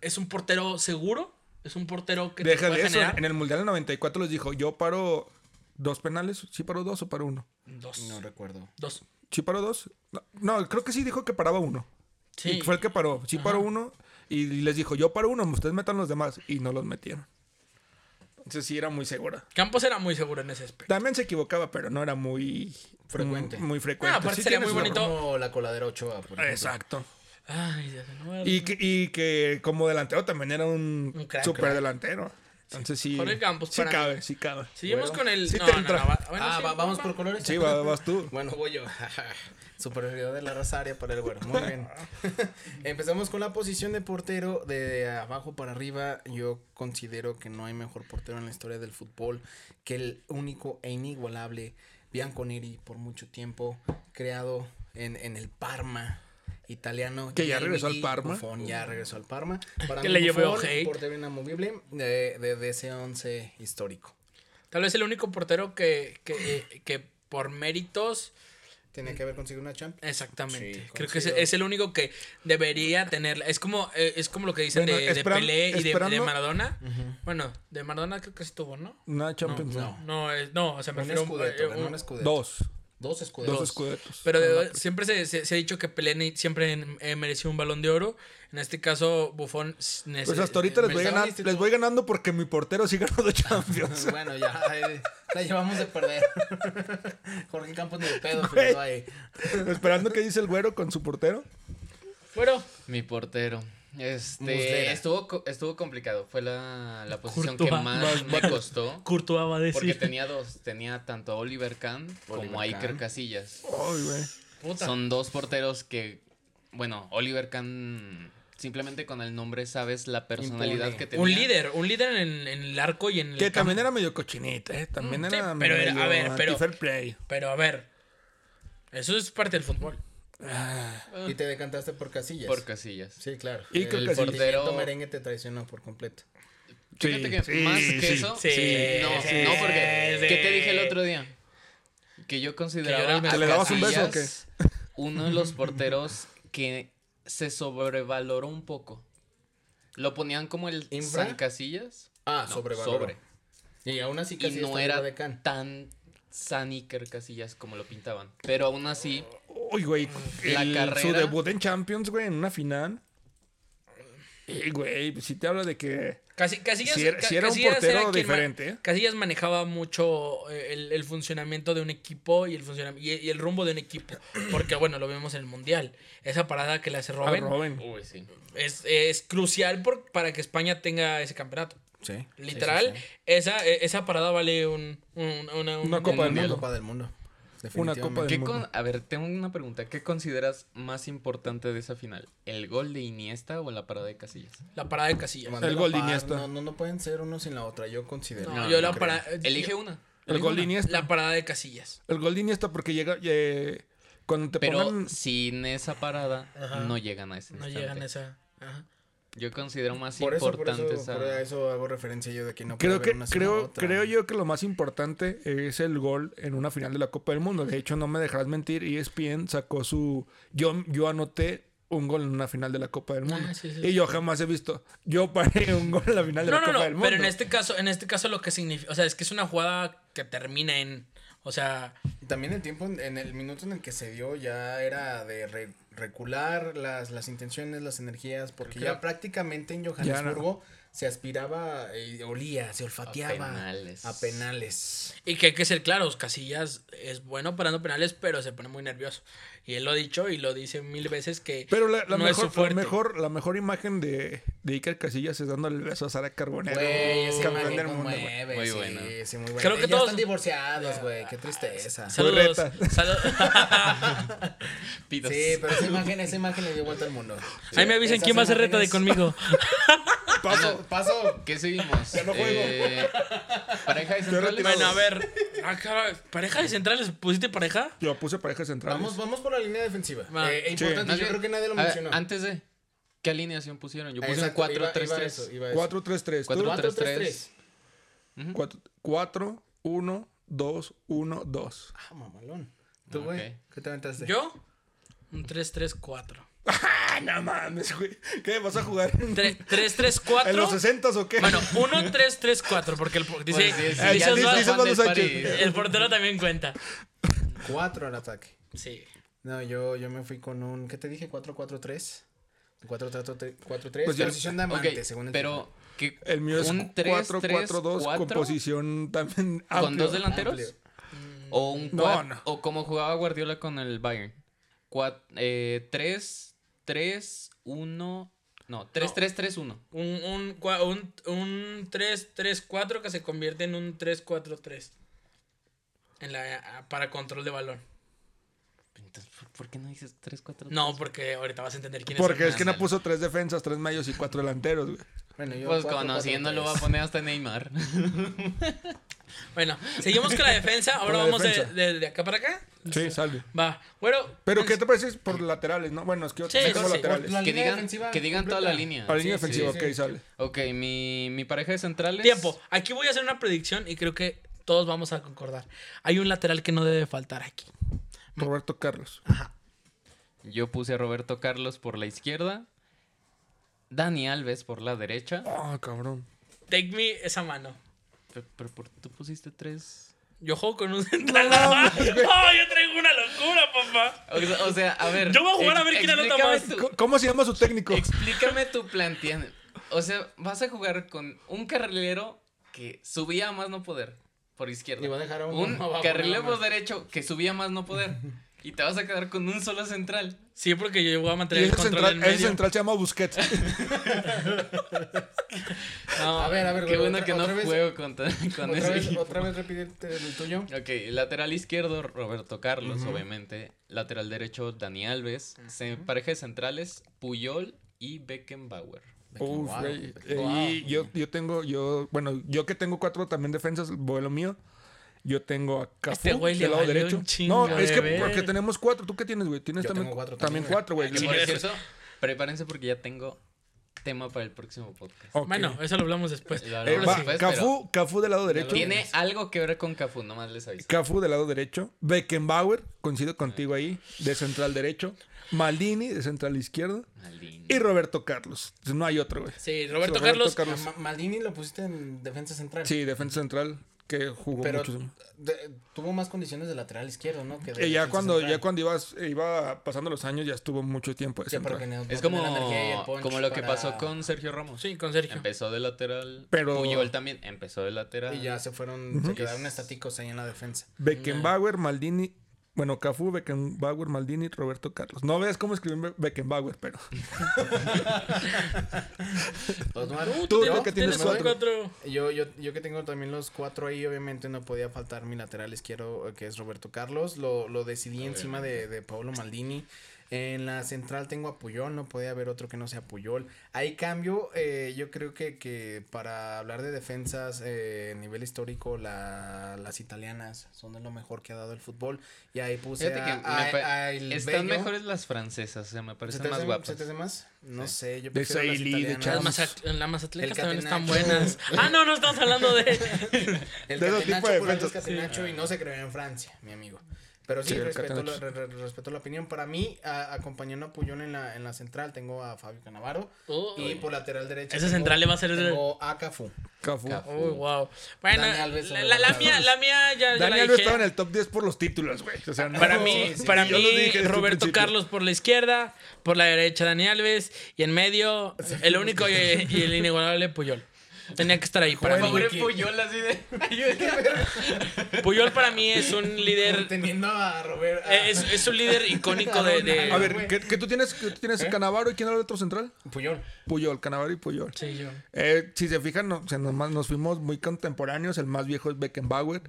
S1: es un portero seguro. Es un portero que te
S2: Deja
S1: puede
S2: de eso.
S1: generar
S2: En el Mundial del 94 les dijo: Yo paro dos penales. ¿Sí paro dos o paro uno?
S1: dos.
S4: No recuerdo.
S1: Dos.
S2: ¿Sí paró dos? No, No, creo que sí dijo que paraba uno.
S1: Sí.
S2: Y fue el que paró. Sí paró uno. Y les dijo, yo paro uno, ustedes metan los demás. Y no los metieron. Entonces sí era muy segura.
S1: Campos era muy seguro en ese aspecto.
S2: También se equivocaba, pero no era muy
S4: Frecuente.
S2: Muy frecuente.
S1: Ah, aparte
S2: Sí
S1: sería
S2: tiene
S1: muy
S2: su
S1: bonito.
S2: error.
S4: Como la coladera Ochoa, por ejemplo.
S2: Exacto.
S1: Ay, Dios mío.
S2: Y que, y que como delantero también era un,
S1: Un crack,
S2: super
S1: crack.
S2: delantero. Entonces sí.
S1: Jorge Campos,
S2: Sí
S1: para mí.
S2: cabe, sí cabe.
S1: Seguimos con el.
S2: Sí
S1: no,
S2: te
S1: no,
S2: entra.
S1: no, va- bueno,
S4: Ah,
S1: sí,
S4: va- vamos
S1: va.
S4: por colores.
S2: Sí, va- vas tú.
S4: Bueno, voy yo. Superioridad de la raza área para el güero. Muy bien. Empezamos con la posición de portero. De abajo para arriba, yo considero que no hay mejor portero en la historia del fútbol que el único e inigualable Bianconeri por mucho tiempo, creado en, en el Parma italiano.
S2: Que ya
S4: Gianluigi
S2: regresó al Parma.
S4: Buffon, ya regresó al Parma. Para
S1: Que
S4: mí
S1: le llevó
S4: Buffon,
S1: hate.
S4: portero inamovible de, de, de ese once histórico.
S1: Tal vez el único portero que, que, eh, que por méritos.
S4: Tenía que haber conseguido una Champions.
S1: Exactamente.
S4: Sí,
S1: Creo que es,
S4: coincido.
S1: es el único que debería tenerla. Es como, eh, es como lo que dicen
S2: Bueno,
S1: de, de
S2: esperan-
S1: Pelé y de- de,
S2: esperando-
S1: Maradona. Bueno, de Maradona creo que sí tuvo, ¿no?
S2: Nada, Champions.
S4: no.
S2: no.
S1: No, es- no, o sea, me
S4: Un
S1: refiero a un- eh,
S4: escudeto, ganó
S1: un-
S4: un escudeto.
S2: Dos.
S4: Dos escuderos.
S2: Dos escudetos.
S1: Pero de-
S2: No, pues. no,
S1: siempre se, se- se ha dicho que Pelé ni- siempre eh, mereció un balón de oro. En este caso, Buffon. s- nece-
S2: Pues hasta ahorita les
S1: eh, merece-
S2: voy,
S4: Pensaba en
S2: ganando,
S4: este
S2: les voy ganando porque mi portero sí ganó dos Champions.
S4: Bueno, ya eh, la llevamos de perder. Jorge Campos ni de pedo, pero ahí.
S2: Esperando que dice el güero con su portero.
S1: Bueno,
S3: Mi portero. Este,
S4: Muslera.
S3: estuvo, co- estuvo complicado. Fue la, la posición que
S1: Courtois.
S3: más me costó.
S1: Courtois va a
S3: Porque
S1: decir.
S3: tenía dos. Tenía tanto a Oliver Kahn como a
S4: Oliver
S3: Iker
S4: Kahn.
S3: Casillas.
S2: Ay, güey.
S1: Puta.
S3: Son dos porteros que, bueno, Oliver Kahn, simplemente con el nombre sabes la personalidad
S4: Impone.
S3: que tenía.
S1: Un líder, un líder en, en el arco y en el.
S2: Que
S1: campo.
S2: también era medio cochinita, ¿eh? También
S1: Mm, sí,
S2: era
S1: pero era- a
S2: medio
S1: ver, pero-
S2: anti-fair play.
S1: Pero a ver, eso es parte del fútbol.
S4: Y te decantaste por Casillas.
S3: Por Casillas.
S4: Sí, claro.
S2: Y creo
S4: el
S2: que sí.
S4: portero
S3: Portero-
S4: merengue te traicionó por completo.
S3: Fíjate que
S2: sí,
S3: más
S2: sí,
S3: que eso,
S1: sí,
S3: no,
S1: sí,
S3: no, porque,
S1: sí.
S3: ¿qué te dije el otro día? Que yo
S1: Que yo era
S3: consideraba
S1: el
S3: a
S1: mejor.
S2: ¿Le dabas un beso o qué?
S3: Casillas uno de los porteros que se sobrevaloró un poco. Lo ponían como el
S4: ¿Infra?
S3: San Casillas.
S4: Ah,
S3: No,
S4: sobrevaloró.
S3: sobre.
S4: Y aún así
S3: y
S4: Casillas
S3: no
S4: también
S3: era
S4: fue de Can.
S3: tan San Iker Casillas como lo pintaban. Pero aún así,
S2: Uy, güey.
S3: La
S2: el-
S3: carrera.
S2: Su debut en Champions, güey, en una final. Y, güey, si te habla de que.
S1: Casi, Casillas,
S2: Si era-
S1: Ca-
S2: si era un
S1: Casillas
S2: portero
S1: quien ma-
S2: diferente, ¿eh?
S1: Casillas manejaba mucho eh, el, el funcionamiento de un equipo y el, funcionam- y, y el rumbo de un equipo. Porque, bueno, lo vemos en el Mundial. Esa parada que le hace
S2: A
S1: Robin,
S2: Ah, Robin.
S3: uy, sí.
S1: es, es crucial por- para que España tenga ese campeonato.
S4: Sí.
S1: Literal,
S4: Sí, sí, sí.
S1: Esa, e- esa parada vale un, un- una, un-
S2: Una Copa del
S4: Una
S2: Mundo.
S4: Copa del Mundo.
S2: Una Copa del
S3: ¿Qué
S2: Mundo.
S3: con- a ver, tengo una pregunta. ¿Qué consideras más importante de esa final? ¿El gol de Iniesta o la parada de Casillas?
S1: La parada de Casillas.
S2: El gol de Iniesta.
S4: No, no, no pueden ser uno sin la otra, yo considero.
S1: No,
S3: No,
S1: yo
S3: no
S1: la
S3: creo.
S1: parada.
S3: Elige una.
S2: El gol de Iniesta.
S1: La parada de Casillas.
S2: El gol de Iniesta porque llega. eh, cuando te
S3: Pero
S2: pongan.
S3: sin esa parada
S1: Ajá.
S3: no llegan a ese
S1: No
S3: instante.
S1: llegan a esa. ajá.
S3: Yo considero más
S4: Por eso, por
S3: importante
S4: eso,
S3: esa.
S4: por eso hago referencia yo de que no puede
S2: Creo
S4: haber
S2: que
S4: una sin la
S2: creo
S4: otra.
S2: creo yo que lo más importante es el gol en una final de la Copa del Mundo. De hecho, no me dejarás mentir, E ESPN sacó su yo yo anoté un gol en una final de la Copa del Mundo.
S1: Ah, sí, sí,
S2: y
S1: sí.
S2: yo jamás he visto yo paré un gol en la final de
S1: No, no,
S2: la Copa
S1: no.
S2: del Mundo.
S1: Pero este en este caso, en este caso lo que significa. O sea, es que es una jugada que termina en. O sea,
S4: también el tiempo, en, en el minuto en el que se dio, ya era de re- recular las, las intenciones, las energías, porque
S3: Creo que-
S4: ya prácticamente en Johannesburgo se aspiraba, eh, olía, se olfateaba.
S3: penales.
S4: A penales.
S1: Y que hay que ser claros, Casillas es bueno parando penales, pero se pone muy nervioso. Y él lo ha dicho y lo dice mil veces que
S2: Pero la, la
S1: no es su
S2: mejor, la,
S1: fuerte.
S2: mejor, la mejor imagen de, de Iker Casillas es dándole el beso a Sara Carbonero.
S4: Güey, esa
S2: campeón
S4: imagen
S2: del
S4: conmueve,
S2: mundo, güey.
S3: Muy
S4: sí,
S3: buena.
S4: sí, muy buena.
S1: Creo que
S4: Ya
S1: todos-
S4: están divorciados, güey, qué tristeza.
S1: Saludos.
S2: Pues Reta.
S1: saludos.
S3: Pidos.
S4: Sí, pero esa imagen, esa imagen le dio vuelta al mundo.
S1: Ahí me avisan
S4: Esas
S1: quién va a ser reta de
S4: imágenes-
S1: conmigo.
S3: Paso, paso, Ah, ¿qué seguimos?
S2: no juego.
S3: Eh, pareja de centrales.
S1: Bueno, a ver. Ah, caray, ¿Pareja de centrales? ¿Pusiste pareja?
S2: Yo puse parejas centrales.
S4: Vamos, vamos por la línea defensiva.
S1: Va.
S4: Eh,
S2: Sí.
S4: importante,
S3: Más
S4: yo
S3: bien,
S4: creo que nadie lo
S3: a ver,
S4: mencionó.
S3: antes de. ¿Qué alineación pusieron? Yo puse
S4: Exacto,
S3: un
S4: iba- iba a
S3: 4-3-3.
S4: eso, iba a eso.
S2: 4-3-3.
S3: Cuatro,
S2: Tú-
S4: 4-3-3.
S2: 4, 1, 2, 1, 2.
S4: Ah, mamalón. ¿Tú,
S3: Ah,
S4: güey?
S3: ok.
S4: ¿Qué te aventaste?
S1: ¿Yo? Un 3-3-4.
S2: ¡Ah, no mames, güey! ¿Qué vas a jugar? en- ¿En los
S1: 3-3-4.
S2: 60 o qué?
S1: Bueno, 1-3-3-4, porque el, por- dice,
S3: Pues sí, sí,
S2: Ah,
S1: dice
S3: ya
S1: Osvaldo,
S2: dice
S3: Osvaldo
S2: Osvaldo
S3: Espari.
S2: Sánchez.
S1: el portero también cuenta.
S4: 4 al ataque.
S1: Sí.
S4: No, yo, yo me fui con un. ¿Qué te dije? 4-4-3. 4-3-3.
S2: Pues ya-
S4: Posición de amante,
S3: Ok,
S4: según el
S3: pero. ¿qué-
S2: el mío es
S3: un 3
S2: 4-4-2 con posición también
S3: ¿Con
S2: amplia.
S3: dos delanteros?
S4: Amplio.
S3: O un
S2: No,
S3: cuat-
S2: no.
S3: O como jugaba Guardiola con el Bayern. eh, 3, 3, 1. No, 3, 3, 3, 1.
S1: Un, un, cua- un, un 3-3-4 que se convierte en un 3-4-3. En la, a- para control de balón.
S3: Entonces, ¿por, por qué no dices 3, 4, 3?
S1: No, porque ahorita vas a entender quién
S2: Porque
S1: es.
S2: es que no puso tres defensas, tres medios y cuatro delanteros, güey.
S4: Bueno, yo.
S3: Pues
S4: 4-4-3.
S3: conociéndolo va a poner hasta Neymar.
S1: Bueno, seguimos con la defensa. Ahora
S2: Con la
S1: vamos de-
S2: defensa.
S1: de, de acá para acá.
S2: Sí, sale.
S1: Va. Bueno,
S2: Pero ¿qué te parece por laterales, no? Bueno, es que yo
S1: Sí,
S2: tengo
S1: sí.
S2: laterales.
S4: La
S3: que
S4: línea
S3: digan,
S4: defensiva
S3: que digan toda la
S4: completa.
S3: línea.
S2: Para línea
S3: Sí, sí,
S2: ofensiva,
S3: sí.
S2: ok, sale.
S3: Ok, mi, mi pareja de
S2: Pues-
S3: centrales.
S1: tiempo. Aquí voy a hacer una predicción y creo que todos vamos a concordar. Hay un lateral que no debe faltar aquí.
S2: Roberto Carlos.
S3: Yo puse a Roberto Carlos por la izquierda. Dani Alves por la derecha.
S2: Ah, cabrón.
S1: Take me esa mano.
S3: Pero, pero ¿por qué tú pusiste tres?
S1: Yo juego con un central. No, yo traigo una locura, papá.
S3: O sea, o sea, a ver.
S1: Yo voy a jugar a ver quién anota
S3: explícame
S1: más.
S3: tu-
S2: Co- ¿Cómo se llama su técnico?
S3: Explícame tu planteamiento. O sea, vas a jugar con un carrilero que subía a más no poder por izquierda.
S4: Y va a dejar a uno
S3: un
S4: abajo
S3: carrilero
S4: nada más.
S3: por derecho que subía a más no poder. Y te vas a quedar con un solo central.
S1: Sí, porque yo voy a
S2: Y
S1: mantener el
S2: ese
S1: control
S2: central,
S1: en
S2: ese
S1: medio.
S2: central se llama Busquets.
S3: No,
S4: A ver, a ver,
S3: Qué
S4: güey,
S3: bueno
S4: otra-
S3: que no
S4: otra vez-
S3: juego con, ta- con
S4: Otra
S3: ese
S4: vez,
S3: equipo.
S4: otra vez repite el tuyo.
S3: Ok, lateral izquierdo, Roberto Carlos, obviamente. Lateral derecho, Dani Alves. Se- pareja de centrales, Puyol y Beckenbauer.
S2: Uf,
S4: Wow.
S2: güey. Eh,
S4: Wow.
S2: Y yo, yo tengo, yo, bueno, yo que tengo cuatro también defensas, voy lo mío. Yo tengo a Cafú,
S1: Este güey le
S2: del lado
S1: valió
S2: derecho.
S1: un chingo
S2: no, es que
S1: de
S2: porque
S1: ver.
S2: tenemos cuatro. ¿Tú qué tienes, güey? Tienes
S4: Yo
S2: también,
S4: tengo cuatro
S2: también
S4: también.
S2: cuatro, güey.
S3: Que, por
S1: Chingue.
S3: cierto, prepárense porque ya tengo tema para el próximo podcast.
S2: Ok.
S1: Bueno, eso lo hablamos después.
S3: Lo
S2: Eh,
S3: hablamos
S2: va,
S3: después,
S2: Cafú, Cafú del lado
S3: pero
S2: derecho.
S3: Tiene algo que ver con Cafú, nomás les aviso.
S2: Cafú del lado derecho. Beckenbauer, coincido contigo ahí, de central derecho. Maldini, de central izquierdo.
S3: Maldini.
S2: Y Roberto Carlos. No hay otro, güey.
S1: Sí, Roberto,
S2: Roberto
S1: Carlos.
S2: Carlos.
S4: Ma- Maldini lo pusiste en defensa central.
S2: Sí, defensa central que jugó
S4: Pero
S2: muchísimo.
S4: de- tuvo más condiciones de lateral izquierdo, ¿no? Que de
S2: Eh, ya
S4: defensa
S2: cuando,
S4: central.
S2: ya cuando ibas, eh, iba pasando los años, ya estuvo mucho tiempo de
S4: Sí,
S2: central.
S4: porque no- no
S3: Es
S4: tenía
S3: como,
S4: la energía y el punch
S3: como lo que
S4: para-
S3: pasó con Sergio Ramos.
S1: Sí, con Sergio.
S3: Empezó de lateral.
S2: Pero-
S3: Puyol también empezó de lateral.
S4: Y ya se fueron, se quedaron estáticos ahí en la defensa.
S2: Beckenbauer, Maldini. Bueno, Cafú, Beckenbauer, Maldini, Roberto Carlos. No ves cómo escriben Be- Beckenbauer, pero.
S4: Los
S1: Tú,
S2: Tú,
S1: tienes-
S2: ¿no? que tienes
S1: tienes cuatro.
S4: Yo, yo, yo que tengo también los cuatro ahí, obviamente no podía faltar mi lateral izquierdo, eh, que es Roberto Carlos. Lo, lo decidí encima de, de Paolo Maldini. En la central tengo a Puyol, no podía haber otro que no sea Puyol. Hay cambio, eh, yo creo que, que para hablar de defensas eh, a nivel histórico, la- las italianas son de lo mejor que ha dado el fútbol. Y ahí puse
S3: Fíjate
S4: a-
S3: que me
S4: a-
S3: pa-
S4: a El
S3: están
S4: Bello.
S3: mejores las francesas, se me
S4: ¿Se
S3: parecen
S4: te
S3: más
S4: hace-
S3: guapas.
S4: se te hace más? No sé,
S2: De
S4: yo prefiero las
S2: Sailly, de
S4: italianas.
S1: Las,
S2: Charles.
S1: mazat- las mazatlecas
S4: El
S1: también están
S4: catenacho.
S1: buenas. Ah, no, no estamos hablando de.
S4: El
S2: De
S4: de
S2: esos tipos de
S4: por ahí es
S2: defensas.
S4: catenacho y no se creó en Francia, mi amigo. Pero sí,
S2: Sí, el
S4: respeto, la,
S2: Catenacci.
S4: re- re- respeto la opinión. Para mí, a- acompañando a Puyol en la, en la central, tengo a Fabio Canavaro.
S1: Oh,
S4: y por lateral derecha.
S1: Ese
S4: tengo-
S1: central le va a ser-
S4: Tengo a Cafú.
S2: Cafu.
S3: Cafu.
S1: Uy, Oh, wow. Bueno,
S4: Dani Alves
S1: la,
S4: o-
S1: la- la mía, la mía ya, ya la
S2: Daniel no
S1: dije.
S2: estaba en el top 10 por los títulos, güey. O sea, no.
S1: Para mí,
S4: Sí, sí,
S1: para
S2: yo
S1: mí
S2: lo dije desde un
S1: Roberto
S2: principio.
S1: Carlos por la izquierda, por la derecha Dani Alves y en medio el único y, y el inigualable Puyol. Tenía que estar ahí para
S3: Por
S1: mí.
S3: favor,
S4: Joder, ¿qué?
S3: Puyol así de. Ayúdame.
S1: Puyol para mí es un líder
S4: Teniendo a Roberto.
S1: eh, es, es un líder icónico de, de-
S2: A ver, ¿qué, qué tú tienes? ¿Qué tú
S1: ¿Eh?
S2: tienes? ¿Canavaro y quién era el otro central?
S4: Puyol.
S2: Puyol, Canavaro y Puyol.
S1: Sí, yo.
S2: Eh, si se fijan, no, o sea, nomás nos fuimos muy contemporáneos. El más viejo es Beckenbauer,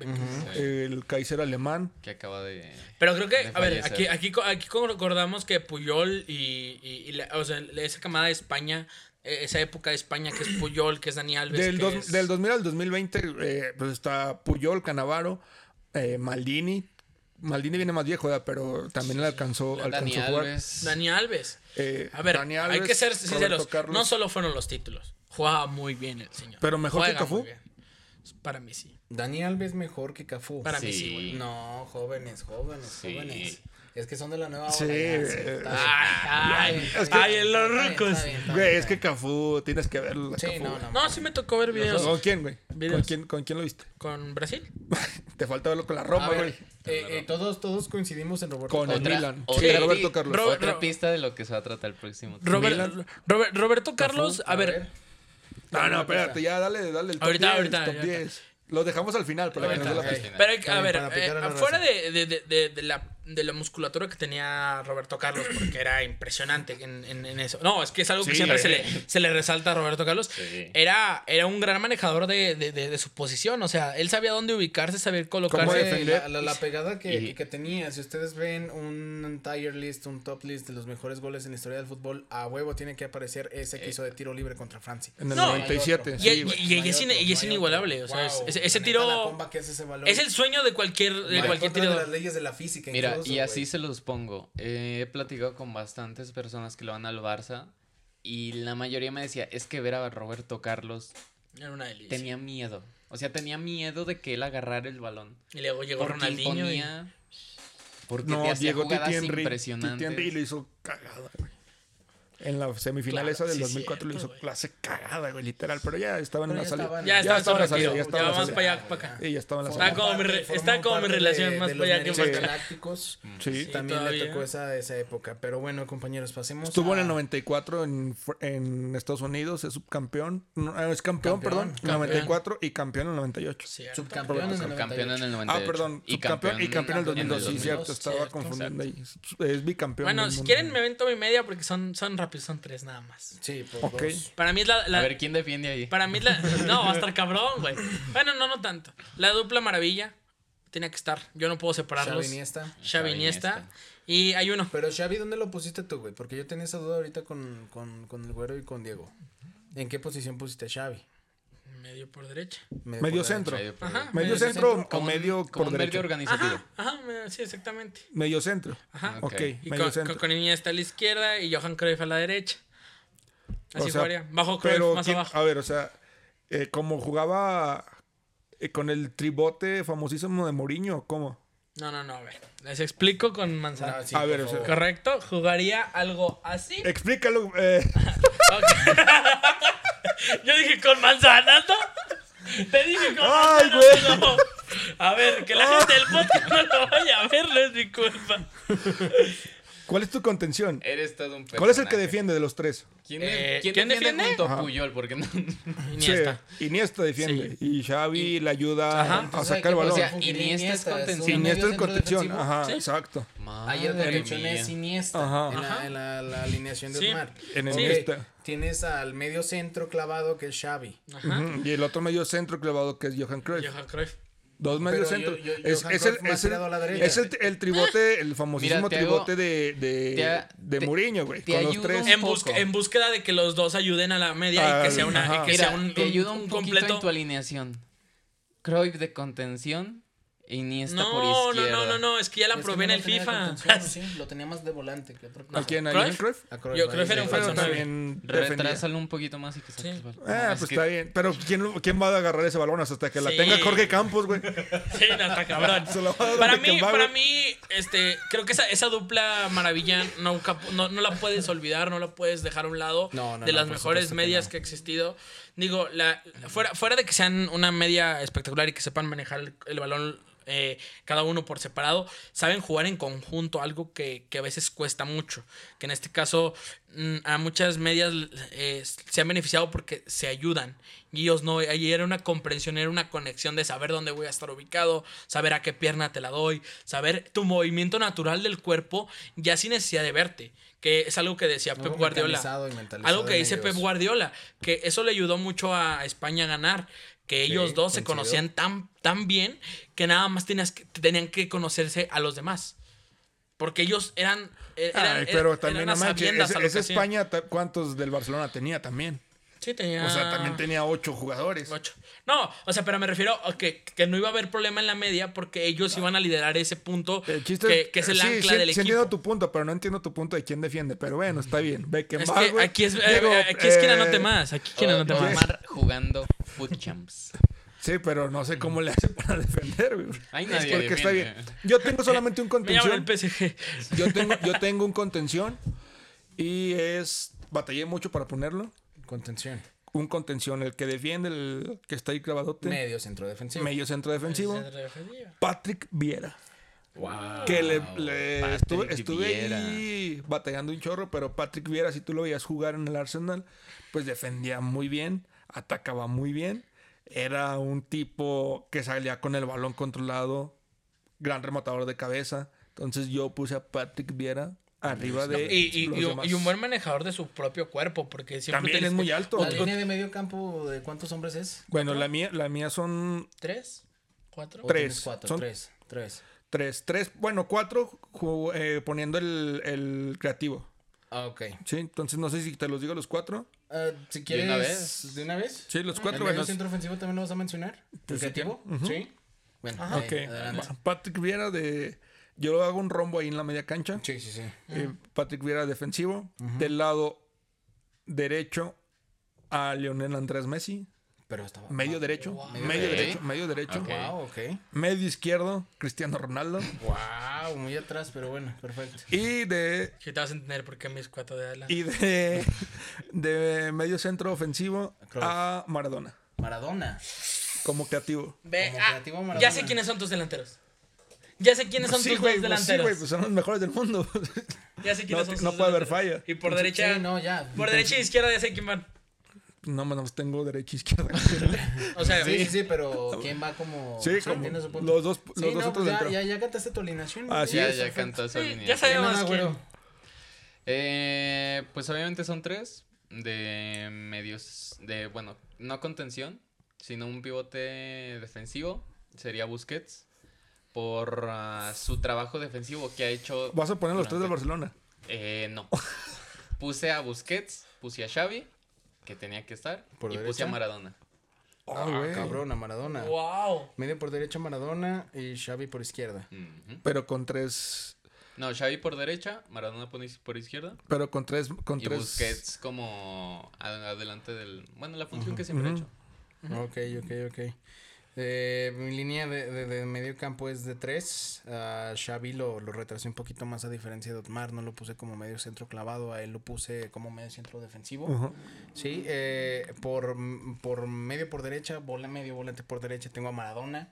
S2: el Kaiser alemán.
S3: Que acaba de.
S1: Pero creo que,
S3: De
S1: a ver,
S3: fallecer.
S1: aquí, aquí, co- aquí concordamos que Puyol y, y, y la- o sea, esa camada de España, eh, esa época de España que es Puyol, que es Dani Alves.
S2: Del,
S1: que
S2: dos-
S1: es-
S2: del 2000 al 2020, eh, pues está Puyol, Canavaro, eh, Maldini. Maldini viene más viejo, ¿verdad? pero también le alcanzó,
S3: Dani
S2: alcanzó a jugar.
S3: Alves.
S1: Dani Alves.
S2: Eh,
S1: A ver,
S2: Dani
S1: hay
S2: Alves,
S1: que ser
S2: Roberto
S1: sinceros.
S2: Carlos.
S1: No solo fueron los títulos. Jugaba muy bien el señor.
S2: Pero mejor que
S1: Juega
S2: Cafú.
S1: muy bien. Para mí sí.
S4: Dani Alves mejor que Cafú.
S1: Para mí
S3: Sí.
S1: sí, güey.
S4: No, jóvenes, jóvenes,
S3: Sí.
S4: jóvenes. Es que son de la nueva
S2: Sí,
S4: ola. ya, sí,
S2: eh,
S4: está bien.
S1: Ay, ay,
S4: Está
S1: ay,
S4: bien,
S1: en los
S4: está bien,
S1: rucos.
S4: está bien, está
S2: Güey,
S4: bien,
S2: es que
S4: está
S2: Cafú, tienes que verlo.
S4: bien. Sí,
S2: Cafú,
S4: no,
S2: güey.
S4: no.
S1: No, sí me tocó ver videos
S2: ¿Con quién, güey? ¿Con
S1: Videos.
S2: quién, ¿Con quién lo viste?
S1: con Brasil.
S2: Te falta verlo con la
S4: A
S2: ropa,
S4: ver,
S2: güey.
S4: eh, eh, todos, todos coincidimos en Roberto.
S2: Con el
S4: Carlos.
S3: Otra-
S2: Milan.
S3: otra-
S2: Sí, Roberto Carlos.
S1: Robert-
S3: Otra
S1: Ro-
S3: pista de lo que se va a tratar el próximo.
S1: Robert- Robert- Roberto Carlos,
S4: Cafú,
S1: a ver,
S2: No, no, espérate, ya dale, dale el top
S1: Ahorita,
S2: 10.
S1: ahorita,
S2: top
S1: ya.
S2: 10. Lo dejamos al final para que nos dé la
S3: Ahorita,
S2: pista.
S3: ok.
S1: Pero hay que- a
S4: También
S1: ver,
S4: para picar
S1: eh,
S4: a la
S1: afuera
S4: raza.
S1: de, de- de- de- de la, de la musculatura que tenía Roberto Carlos, porque era impresionante en, en- en eso. No, es que es algo que
S2: Sí,
S1: siempre
S2: eh.
S1: se le, se le resalta a Roberto Carlos.
S3: Sí.
S1: Era, era un gran manejador de, de- de- de su posición, o sea, él sabía dónde ubicarse, sabía colocarse.
S2: ¿Cómo
S4: Güey,
S2: defender?
S4: La, la- la pegada que,
S3: Y-
S4: que tenía, si ustedes ven un entire list, un top list de los mejores goles en la historia del fútbol, a huevo tiene que aparecer ese que hizo de tiro libre contra Francia.
S2: En el
S1: No,
S2: 97.
S4: hay
S1: Y,
S2: Sí,
S1: y-
S2: güey.
S1: y- y
S4: No hay
S1: es, ine-
S4: otro,
S1: y
S4: no
S1: es
S4: hay
S1: inigualable,
S4: otro.
S1: o sea, es-
S4: Wow,
S1: es- ese
S4: la neta, la
S1: tiro
S4: comba que hace ese balón.
S1: es el sueño de cualquier, de
S4: Va en
S1: cualquier
S4: contra de
S1: tirador.
S4: las leyes de la física.
S3: Mira,
S4: incluso,
S3: y así
S4: güey.
S3: se los pongo. Eh, he platicado con bastantes personas que lo van al Barça y la mayoría me decía, es que ver a Roberto Carlos
S1: Era una delicia.
S3: tenía miedo. O sea, tenía miedo de que él agarrara el balón.
S1: Y luego llegó
S3: Porque
S1: Ronaldinho. y-
S3: imponía, porque te
S2: No,
S3: hacía
S2: llegó
S3: jugadas
S2: Titi Henry. Titi Henry
S3: impresionantes.
S2: lo hizo cagada, güey. En la semifinal
S1: Claro,
S2: esa del
S1: sí,
S2: 2004 lo
S1: cierto,
S2: hizo
S1: güey.
S2: clase cagada, güey, literal. Pero ya estaba en
S4: Pero
S2: la
S4: ya
S2: salida.
S4: estaban-
S1: Ya estaba
S2: estaba en la
S1: en su
S2: salida.
S1: retiro,
S2: Ya estaba
S1: ya
S2: en la
S1: más para
S2: salida.
S1: allá que para acá.
S2: Sí, ya estaba en la
S4: Forma
S1: Está
S2: salida.
S1: como mi re-
S4: forma
S1: está como mi
S4: parte
S1: relación
S4: de-
S1: más
S4: de
S1: para
S4: los
S1: allá que
S4: méritos
S2: para acá.
S4: galácticos.
S2: Sí.
S4: También
S1: todavía.
S4: le tocó esa, esa época. Pero bueno, compañeros, pasemos.
S2: Estuvo en
S4: a-
S2: el 94 en, Fr- en Estados Unidos, es subcampeón. No, ah, es campeón,
S4: Campeón,
S2: perdón. En
S4: campeón.
S2: 94 y campeón en el 98.
S1: Cierto.
S4: Subcampeón en el
S3: Campeón en
S4: 98.
S3: el 98.
S2: Ah, perdón, subcampeón y campeón en el 2002. Sí, cierto, estaba
S1: Cierto,
S2: confundiendo ahí. Es es bicampeón.
S1: Bueno,
S2: del
S1: si
S2: mundo.
S1: quieren me avento mi media porque son, son rápidos, son tres nada más.
S4: Sí, por
S2: Ok.
S4: dos.
S1: Para mí es la... la-
S3: A ver, ¿quién defiende ahí?
S1: para mí es la... No, va a estar cabrón, güey. Bueno, no, no tanto. La dupla maravilla tenía que estar. Yo no puedo separarlos.
S4: Xavi Iniesta.
S1: Xavi Iniesta. Y hay uno.
S4: Pero Xavi, ¿dónde lo pusiste tú, güey? Porque yo tenía esa duda ahorita con, con, con el güero y con Diego. ¿En qué posición pusiste a Xavi?
S1: Medio por derecha.
S2: Medio
S4: por
S2: centro.
S3: Medio por-
S1: Ajá.
S2: Medio
S1: medio
S2: centro o
S3: Como un-
S2: medio
S3: como
S2: por
S3: un medio
S2: derecha.
S3: organizativo.
S1: Ajá, ajá, me- sí, exactamente.
S2: Medio centro.
S1: Ajá.
S2: Ok,
S3: Ok.
S1: Y
S2: medio
S1: con,
S2: centro.
S1: con- con Iniesta a la izquierda y Johan Cruyff a la derecha. Así
S2: O sea,
S1: jugaría. Bajo Cruyff,
S2: Pero,
S1: más
S2: ¿quién-
S1: abajo.
S2: a ver, o sea, eh, como jugaba eh, con el tribote famosísimo de Mourinho, ¿cómo?
S1: No, no, no, a ver. Les explico con
S4: derecha.
S1: manzana.
S4: Ah, sí,
S2: A
S4: por
S2: ver, o sea,
S4: favor.
S1: ¿Correcto? Jugaría algo así.
S2: Explícalo. eh,
S1: Ok. Yo dije con manzanas, ¿no? Te dije con
S2: Ay,
S1: manzanas. no. A ver, que la gente del podcast no lo vaya a ver, no es mi culpa.
S2: ¿Cuál es tu contención?
S4: Eh,
S3: Eres todo
S4: pues,
S3: un personaje.
S2: ¿Cuál es el que defiende de los tres?
S3: ¿Quién,
S1: Eh,
S3: ¿quién,
S1: ¿quién defiende?
S3: defiende? junto a
S2: Ajá.
S3: Puyol? Porque no...
S1: Iniesta.
S2: Sí, Iniesta defiende. Y Xavi le ayuda
S1: Ajá.
S2: a
S4: Entonces,
S2: sacar el
S4: ¿qué
S2: balón.
S3: O sea,
S4: posición jugaría
S3: Iniesta es
S4: un
S3: contención.
S4: medio
S2: Iniesta es
S4: centro
S2: contención.
S4: defensivo.
S2: Ajá,
S1: Sí.
S2: exacto.
S4: Ayer lo
S3: Madre
S4: que mencioné
S3: mía.
S4: es Iniesta
S2: Ajá.
S4: en,
S1: Ajá.
S4: la, en la- la alineación de
S1: Sí.
S4: Osmar.
S2: En
S4: Ok,
S2: Iniesta.
S4: Tienes al medio centro clavado que es Xavi.
S1: Ajá.
S2: Ujú, Y el otro medio centro clavado que es Johan Cruyff.
S1: Johan Cruyff.
S2: Dos medio centros.
S4: yo- yo-
S2: Es,
S4: Johan
S2: es el,
S4: Cruyff más
S2: es el-
S4: tirado a la derecha.
S2: es el, el tribote, el famosísimo
S3: Mira, te hago-
S2: tribote de, de,
S3: te ha-
S2: de
S3: te-
S2: Mourinho, güey.
S3: te
S2: Con los
S3: ayudo
S2: tres.
S3: un
S1: En, busca-
S3: poco.
S1: en búsqueda de que los dos ayuden a la media y
S2: Al-
S1: que Ah, sea, una,
S2: ajá.
S1: que
S3: Mira,
S1: sea un,
S3: te ayuda un,
S1: un
S3: poquito en tu alineación. Cruyff de contención e Iniesta por
S1: No, no,
S3: izquierda.
S1: no, no, no, es que ya la
S4: Es que
S1: probé en
S4: no
S1: el
S4: lo tenía de
S1: FIFA.
S4: contención, sí, lo tenía más de volante que otra cosa.
S2: ¿A quién? ¿A
S1: ¿Cruyff?
S2: Johan Cruyff?
S4: A Cruyff,
S1: Yo
S4: ahí,
S1: creo que era un
S4: sí.
S1: falso
S2: Pero
S1: nueve.
S2: también defendía.
S3: Retrásalo un poquito más y que saques el balón.
S2: Ah,
S3: Es
S2: pues
S3: que-
S2: está bien. Pero ¿quién, lo- quién va a agarrar ese balón hasta que la
S1: Sí.
S2: tenga Jorge Campos, güey?
S1: Sí, no, está cabrón.
S2: Se lo va a dar
S1: Para
S2: de
S1: mí,
S2: que va,
S1: para
S2: güey.
S1: mí, este, creo que esa, esa dupla maravilla no, cap- no, no la puedes olvidar, no la puedes dejar a un lado
S4: No, no,
S1: de
S4: no,
S1: las
S4: por
S1: mejores
S4: supuesto que
S1: medias
S4: no.
S1: que ha existido. Digo, la, fuera, fuera de que sean una media espectacular y que sepan manejar el, el balón eh, cada uno por separado, saben jugar en conjunto, algo que, que a veces cuesta mucho. Que en este caso mm, a muchas medias eh, se han beneficiado porque se ayudan. Y ellos no, ahí era una comprensión, era una conexión de saber dónde voy a estar ubicado, saber a qué pierna te la doy, saber tu movimiento natural del cuerpo, ya sin necesidad de verte. Que es algo que decía
S4: Algo
S1: Pep Guardiola.
S4: mecanizado y mentalizado
S1: Algo que
S4: en
S1: dice Pep
S4: ellos.
S1: Guardiola, que eso le ayudó mucho a España a ganar, que ellos dos se
S4: coincido.
S1: conocían tan, tan bien que nada más tenías que- tenían que conocerse a los demás. Porque ellos eran... er- eran-
S2: Ay,
S1: er-
S2: pero
S1: eran
S2: también, no
S1: a
S2: manches,
S1: sabiendas
S2: ese-
S1: a lo
S2: ese
S1: que hacían.
S2: España, ta- ¿cuántos del Barcelona tenía también?
S1: Sí, tenía...
S2: O sea, también tenía ocho jugadores.
S1: Ah. ocho. No, o sea, pero me refiero a que, que no iba a haber problema en la media porque ellos iban a liderar ese punto
S2: El chiste
S1: que, que es el
S2: sí,
S1: ancla
S2: sí,
S1: del equipo.
S2: sí entiendo tu punto, pero no entiendo tu punto de quién defiende. Pero bueno, está bien.
S1: Es
S2: Beckenbauer,
S1: que
S2: güey.
S1: aquí es, eh,
S2: Digo,
S1: aquí es quien
S2: eh, oh,
S1: anote más, aquí quien
S3: O
S1: anote más.
S3: Neymar jugando Foot Champs.
S2: Sí, pero no sé cómo le hace para defender, güey.
S3: Ahí
S2: Es
S3: nadie
S2: porque está
S3: defiende.
S2: bien. Yo tengo solamente un
S1: Me llaman
S2: contención.
S1: el PSG.
S2: Yo tengo, yo tengo un contención y es. Batallé mucho para ponerlo.
S4: Contención.
S2: Un contención, el que defiende, el que está ahí clavadote.
S4: Medio centro defensivo.
S2: medio centro defensivo. Patrick Viera.
S3: Wow.
S2: Que le, le
S3: Patrick
S2: estuve, estuve
S3: Vieira.
S2: ahí batallando un chorro, pero Patrick Viera, si tú lo veías jugar en el Arsenal, pues defendía muy bien, atacaba muy bien. Era un tipo que salía con el balón controlado, gran rematador de cabeza. Entonces yo puse a Patrick Viera arriba de.
S1: Pues, Y, y-
S2: los
S1: y un,
S2: demás.
S1: y un buen manejador de su propio cuerpo, porque siempre
S2: También
S1: tenés-
S2: es muy alto.
S4: La línea de medio campo, ¿de cuántos hombres es?
S2: Bueno, la mía, la mía son
S1: ¿Tres? ¿Cuatro?
S4: ¿O
S2: Tres.
S4: tienes Cuatro,
S2: Son-
S4: Tres. Tres.
S2: tres, tres, bueno, cuatro ju- eh, poniendo el, el creativo.
S4: Ah, ok.
S2: Sí, entonces no sé si te los digo los cuatro.
S4: Ah, si quieres.
S3: una vez?
S4: ¿De una vez?
S2: Sí, los cuatro
S4: ¿El medio
S2: buenos. Pues
S4: centro ofensivo también lo vas a mencionar? ¿El creativo? Sí. Bueno, eh, ok.
S2: Ok. Pa- Patrick Viera de. Yo hago un rombo ahí en la media cancha.
S4: Sí, sí, sí.
S2: Eh, Patrick Viera defensivo. Del lado derecho a Lionel Andrés Messi.
S4: Pero estaba.
S2: Medio derecho. Medio,
S3: Ok.
S2: derecho. Medio derecho.
S3: Ok.
S4: Wow, Ah, ok.
S2: Medio izquierdo, Cristiano Ronaldo.
S4: Wow, muy atrás, pero bueno, perfecto.
S2: Y de.
S1: Que te vas a entender por qué mis cuatro de ala.
S2: Y de. De medio centro ofensivo a Maradona.
S4: Maradona.
S2: Como creativo.
S1: Ve,
S4: Como
S1: ah,
S4: creativo Maradona.
S1: ya sé quiénes son tus delanteros. Ya sé quiénes son
S2: Sí,
S1: tus
S2: güey,
S1: dos
S2: pues sí,
S1: delanteros.
S2: güey, pues son los mejores del mundo.
S1: ya sé quiénes
S2: No,
S1: son
S2: no
S1: tus
S2: puede haber
S1: delanteros.
S2: falla.
S1: Y por derecha.
S4: Sí, no, ya.
S1: Por derecha e izquierda ya sé quién van.
S2: no, menos tengo derecha e izquierda.
S1: O sea,
S4: Sí, sí, sí, pero ¿quién va como.
S2: Sí,
S4: o sea,
S2: como
S4: tiene su punto.
S2: los dos- los
S4: Sí,
S2: dos
S4: no,
S2: otros
S4: pues ya,
S2: dentro.
S4: ya, ya cantaste tu alineación. ¿no?
S2: Así
S4: Ya,
S3: Ya,
S2: es.
S3: ya cantó esa
S1: Sí,
S3: línea.
S1: ya
S4: Ya
S1: sabemos
S4: nada,
S1: quién.
S4: güero.
S3: Eh, pues obviamente son tres de medios de bueno no contención sino un pivote defensivo sería Busquets por ah, su trabajo defensivo que ha hecho
S2: Vas a poner los tres del
S3: durante-
S2: Barcelona.
S3: eh, no puse a Busquets puse a Xavi que tenía que estar
S4: ¿Por
S3: y puse
S4: derecha?
S3: a Maradona
S2: Ah, güey.
S4: Cabrón, a Maradona.
S1: Wow.
S4: Medio por derecha Maradona y Xavi por izquierda.
S3: Ujú.
S2: Pero con tres.
S3: no Xavi por derecha Maradona por iz- por izquierda
S2: Pero con tres. Con
S3: y
S2: tres.
S3: Busquets como ad- adelante del bueno la función que siempre ha hecho
S4: Ok, ok, ok. Eh, mi línea de, de- de medio campo es de tres. A Xavi lo, lo retrasé un poquito más a diferencia de Otmar. No lo puse como medio centro clavado, a él lo puse como medio centro defensivo.
S2: Ujú.
S4: Sí, eh, por, por medio por derecha, bola, medio volante por derecha tengo a Maradona.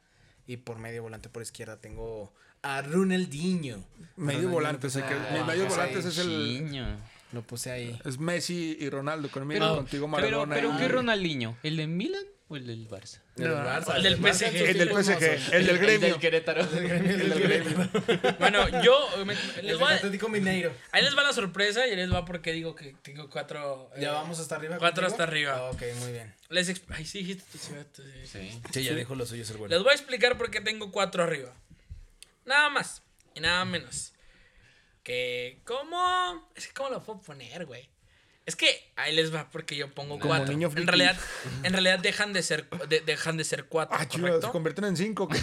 S4: Y por medio volante por izquierda tengo a Ronaldinho.
S2: Medio
S4: Ronaldinho
S2: volante.
S4: lo puse
S2: sé que-
S4: ahí,
S2: mi medio
S4: lo puse
S2: volante
S4: ahí,
S2: es el.
S3: Chiño.
S4: Lo puse ahí.
S2: Es Messi y Ronaldo. Conmigo,
S1: Pero-
S2: contigo,
S3: Pero,
S2: Maradona.
S3: pero
S2: y-
S3: ¿qué Ronaldinho? ¿El de Milan o el del Barça?
S4: El del Barça.
S1: El del
S4: Barça en
S1: PSG.
S4: sus
S2: El del
S4: tiempos hermosos.
S2: PSG. El del gremio.
S3: del Querétaro.
S4: El del gremio.
S1: Bueno, yo. me- les
S4: El
S1: voy
S4: del
S1: a-
S4: Atlético Mineiro.
S1: ahí les va la sorpresa y ahí les va porque digo que tengo cuatro. eh,
S4: Ya vamos hasta arriba.
S1: Cuatro
S4: contigo?
S1: hasta arriba.
S4: Ah, ok, muy bien.
S1: Les exp- Ay, sí, dijiste tu ciudad, tu ciudad.
S3: Sí.
S4: Sí, ya dijo lo suyo el
S1: Les voy a explicar por qué tengo cuatro arriba. Nada más y nada menos. Que, ¿cómo? Es que, ¿cómo lo puedo poner, güey? Es que ahí les va porque yo pongo
S2: Como
S1: cuatro.
S2: niño
S1: en
S2: friki.
S1: realidad, en realidad dejan de ser, de- dejan de ser cuatro.
S2: Ah, chido, se
S1: ¿correcto?
S2: convierten en cinco. ¿qué?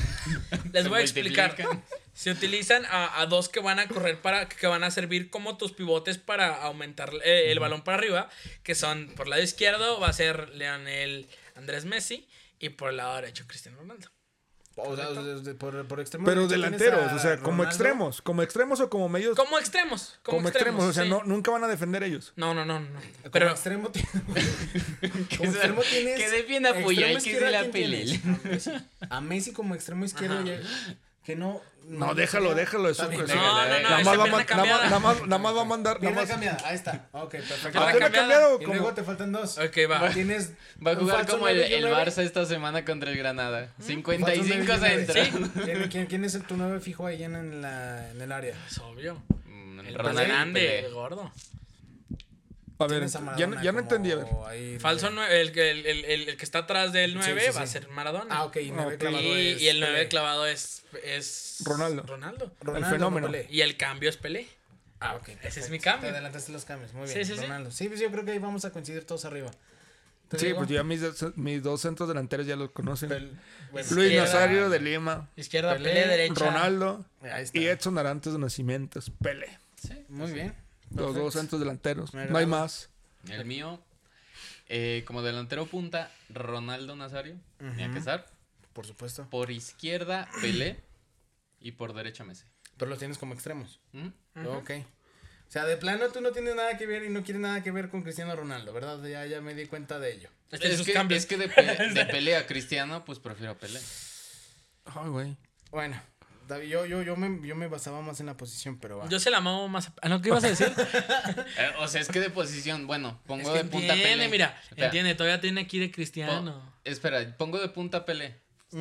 S1: Les voy a
S3: Se
S1: explicar.
S3: multiplican.
S1: Se utilizan a, a dos que van a correr para, que van a servir como tus pivotes para aumentar eh, el balón para arriba, que son por el lado izquierdo va a ser Leonel Andrés Messi y por el lado derecho Cristiano Ronaldo.
S4: O sea, de- de- por, por extremo
S2: Pero
S4: derecho tienes
S2: delanteros,
S4: a
S2: o sea, como
S4: Ronaldo.
S2: extremos, como extremos o como medios.
S1: Como extremos. Como,
S2: como extremos, o sea,
S1: sí.
S2: no, nunca van a defender ellos.
S1: No, no, no, no.
S4: Como
S1: Pero
S4: extremo ti- como
S3: se-
S4: extremo tienes.
S3: que defienda
S4: extremo
S3: Puyol, que
S4: izquierdo,
S3: se la
S4: ¿quién
S3: pele.
S4: tienes? A Messi. A Messi como extremo izquierdo
S1: Ajá.
S4: ya. Que no.
S2: No, déjalo, déjalo, eso.
S4: Está bien,
S2: eso-
S3: déjalo,
S2: nada
S3: déjalo.
S2: más
S3: Esa
S2: va a
S1: pierna
S2: man- nada
S1: cambiada.
S2: más- nada más- nada más va a mandar. Nada
S4: Pierna
S2: más.
S4: cambiada, ahí está. Ok, perfecto.
S1: Pierna
S2: ¿Ah,
S4: Ah,
S2: ¿Pierna
S1: cambiada.
S2: cambiada o
S4: Y
S2: como?
S4: luego te faltan dos.
S1: Ok, va.
S4: Tienes.
S3: Va a
S4: un
S3: jugar
S4: falso
S3: como el,
S4: nueve y un
S3: el
S4: nueve.
S3: Barça esta semana contra el Granada.
S4: Un falso
S3: 55
S4: nueve y un
S3: centros.
S4: nueve. ¿Quién- ¿Quién, quién es el tu nueve fijo ahí en, en la, en el área?
S1: es obvio.
S3: Mm,
S1: El más
S3: Ronald
S1: grande, el
S3: Pele.
S1: gordo.
S2: A ver,
S4: Tienes a
S2: ya,
S4: Maradona
S2: ya no
S4: como
S2: entendí. A ver.
S4: ahí-
S1: Falso nueve, el, que- el, el- el- el que está atrás del 9
S4: sí,
S1: va a
S4: sí.
S1: ser Maradona.
S4: Ah, ok, y nueve
S2: Ok.
S4: clavado
S1: y,
S4: es
S1: y el 9
S4: Pelé.
S1: clavado es, es
S2: Ronaldo.
S1: Ronaldo.
S4: Ronaldo,
S2: El fenómeno.
S4: no Pelé.
S1: Y el cambio es Pelé.
S4: Ah, ok.
S1: Ese es
S4: perfecto.
S1: mi cambio.
S4: Te adelantaste los cambios. Muy
S1: Sí,
S4: bien.
S1: sí, sí.
S4: Ronaldo. Sí, pues yo creo que ahí vamos a coincidir todos arriba. ¿Te
S2: Sí,
S4: digo?
S2: pues ya mis, dos- mis dos centros delanteros ya los conocen.
S4: Pel- bueno,
S2: Luis
S1: Izquierda.
S2: Nazario de Lima,
S1: Izquierda,
S4: Pelé,
S1: Pelé, derecha.
S2: Ronaldo
S4: Ahí está.
S2: y Edson Arantes de Nacimientos. Pele.
S4: Muy bien.
S2: Los dos
S4: Perfecto.
S2: centros delanteros.
S4: Me
S2: No hay
S4: agrada.
S2: más.
S3: El mío, eh, como delantero punta, Ronaldo Nazario. Tenía que estar.
S4: Por supuesto.
S3: Por izquierda, Pelé. Y por derecha, Messi.
S4: Pero los tienes como extremos.
S3: ¿Mm?
S4: Ok. O sea, de plano tú no tienes nada que ver y no quieres nada que ver con Cristiano Ronaldo, ¿verdad? Ya, ya me di cuenta de ello.
S1: Este
S3: Es
S1: sus
S3: que,
S1: cambios.
S3: es que de, Pelé, de Pelé a Cristiano, pues prefiero a Pelé.
S2: Ay, güey.
S4: Bueno, David, yo, yo, yo, me, yo me basaba más en la posición, pero va.
S1: Yo se la mamo más. a- Ah, no, ¿qué ibas a decir?
S3: Eh, o sea, es que de posición, bueno, pongo
S1: Es que
S3: de punta
S1: entiende,
S3: Pelé.
S1: mira.
S3: Espera,
S1: Entiende, todavía tiene aquí de
S3: pon-
S1: Cristiano.
S3: espera, pongo de punta Pelé.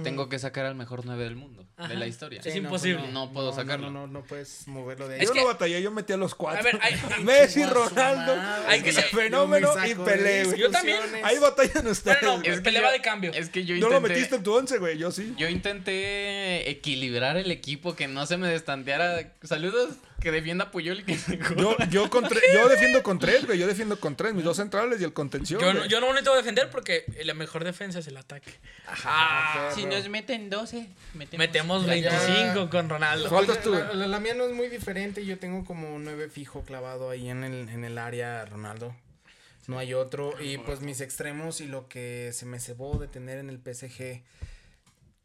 S3: Tengo que sacar al mejor 9 del mundo,
S1: Ajá.
S3: de la historia.
S1: Sí. Es
S4: no,
S1: imposible.
S4: pues
S3: No puedo sacarlo.
S4: No, no, no puedes moverlo de ahí.
S1: Es
S2: yo
S1: que-
S2: no batallé, yo metí a los cuatro.
S1: A ver, hay-
S2: Messi,
S4: Guau, su
S2: Ronaldo,
S4: mamá,
S1: Hay que
S2: el
S1: ser-
S2: fenómeno
S4: yo me
S2: y
S4: saco
S2: Pelé,
S4: de
S2: güey.
S1: Yo también.
S4: discusiones.
S2: Ahí batallan ustedes.
S1: Pero no,
S2: güey.
S1: Es Pelé
S3: yo-
S1: va de cambio.
S3: Es que yo
S2: no
S3: intenté,
S2: lo metiste en tu once, güey. Yo sí.
S3: yo intenté equilibrar el equipo, que no se me destanteara. Saludos, que defienda a Puyol y que se
S2: Yo, yo, con tre- yo defiendo con tres, güey. Yo defiendo con tres. Mis dos centrales y el contención.
S1: Yo no,
S2: güey.
S1: yo no necesito defender porque la mejor defensa es el ataque. Ajá.
S4: Si nos
S3: meten 12, metemos,
S1: Metemos 25 con Ronaldo.
S2: Faltas tú.
S4: La, la- la mía no es muy diferente. Yo tengo como un 9 fijo clavado ahí en el, en el área, Ronaldo. No hay otro. Y pues mis extremos y lo que se me cebó de tener en el PSG.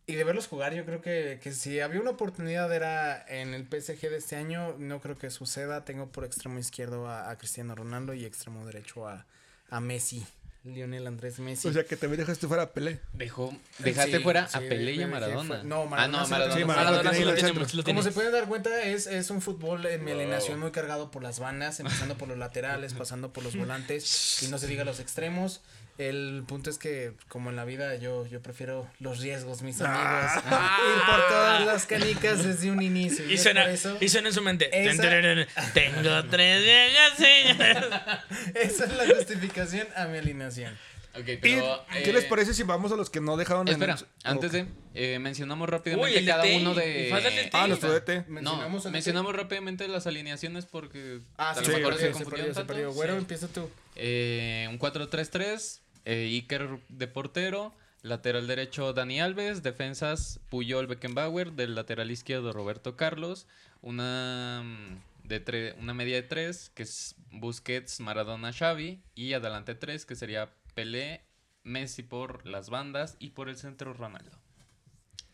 S4: Y de verlos jugar, yo creo que, que si había una oportunidad era en el PSG de este año, no creo que suceda. Tengo por extremo izquierdo a, a Cristiano Ronaldo y extremo derecho a, a Messi, Lionel Andrés Messi.
S2: O sea, que también dejaste fuera a Pelé.
S3: Dejó, dejaste
S4: Sí,
S3: fuera
S4: sí,
S3: a Pelé y
S4: dejé
S3: a Maradona.
S4: fuera- no,
S3: Ah, no, a
S4: Maradona se
S3: Maradona.
S4: Sí,
S2: Sí,
S4: Maradona
S2: Maradona
S1: Maradona
S2: tiene
S1: sí
S2: ahí
S1: lo
S2: el
S1: tiene,
S2: centro.
S1: sí lo
S4: Como
S1: tiene.
S4: se pueden dar cuenta, es, es un fútbol en melenación muy cargado por las bandas, empezando por los laterales, pasando por los volantes y no se diga los extremos. El punto es que, como en la vida, yo, yo prefiero los riesgos,
S1: Ah.
S4: mis amigos.
S2: Ah.
S4: Ir por todas las canicas desde un inicio.
S1: Y
S4: es
S1: suena,
S4: por eso-
S1: y suena en su mente.
S4: Esa-
S1: "Ten, Tengo tres viejas señoras".
S4: Esa es la justificación a mi alineación.
S3: Ok,
S2: ¿Y
S3: pero,
S2: qué
S3: eh,
S2: les parece si vamos a los que no dejaron Ah, en
S3: Espera,
S2: once?
S3: antes
S2: Ok.
S3: de. eh, mencionamos
S1: Uy,
S3: rápidamente
S1: el de
S3: cada
S1: Tei,
S3: uno
S1: y falta el de
S3: de.
S1: Tei.
S2: Ah, nuestro DT.
S3: No,
S4: al-
S3: mencionamos rápidamente las alineaciones porque
S4: Ah,
S3: a
S4: sí,
S3: lo
S2: sí,
S3: mejor
S2: sí,
S3: se
S2: sí,
S3: confundieron
S4: perdió, se
S3: tanto.
S4: perdió. Güero,
S1: Sí.
S4: empieza tú.
S3: Eh, un 4-3-3, eh, Iker de portero, lateral derecho Dani Alves, defensas Puyol Beckenbauer, del lateral izquierdo Roberto Carlos, una, mm, de tre- una media de 3 que es Busquets, Maradona, Xavi y adelante 3 que sería Pelé, Messi por las bandas y por el centro Ronaldo.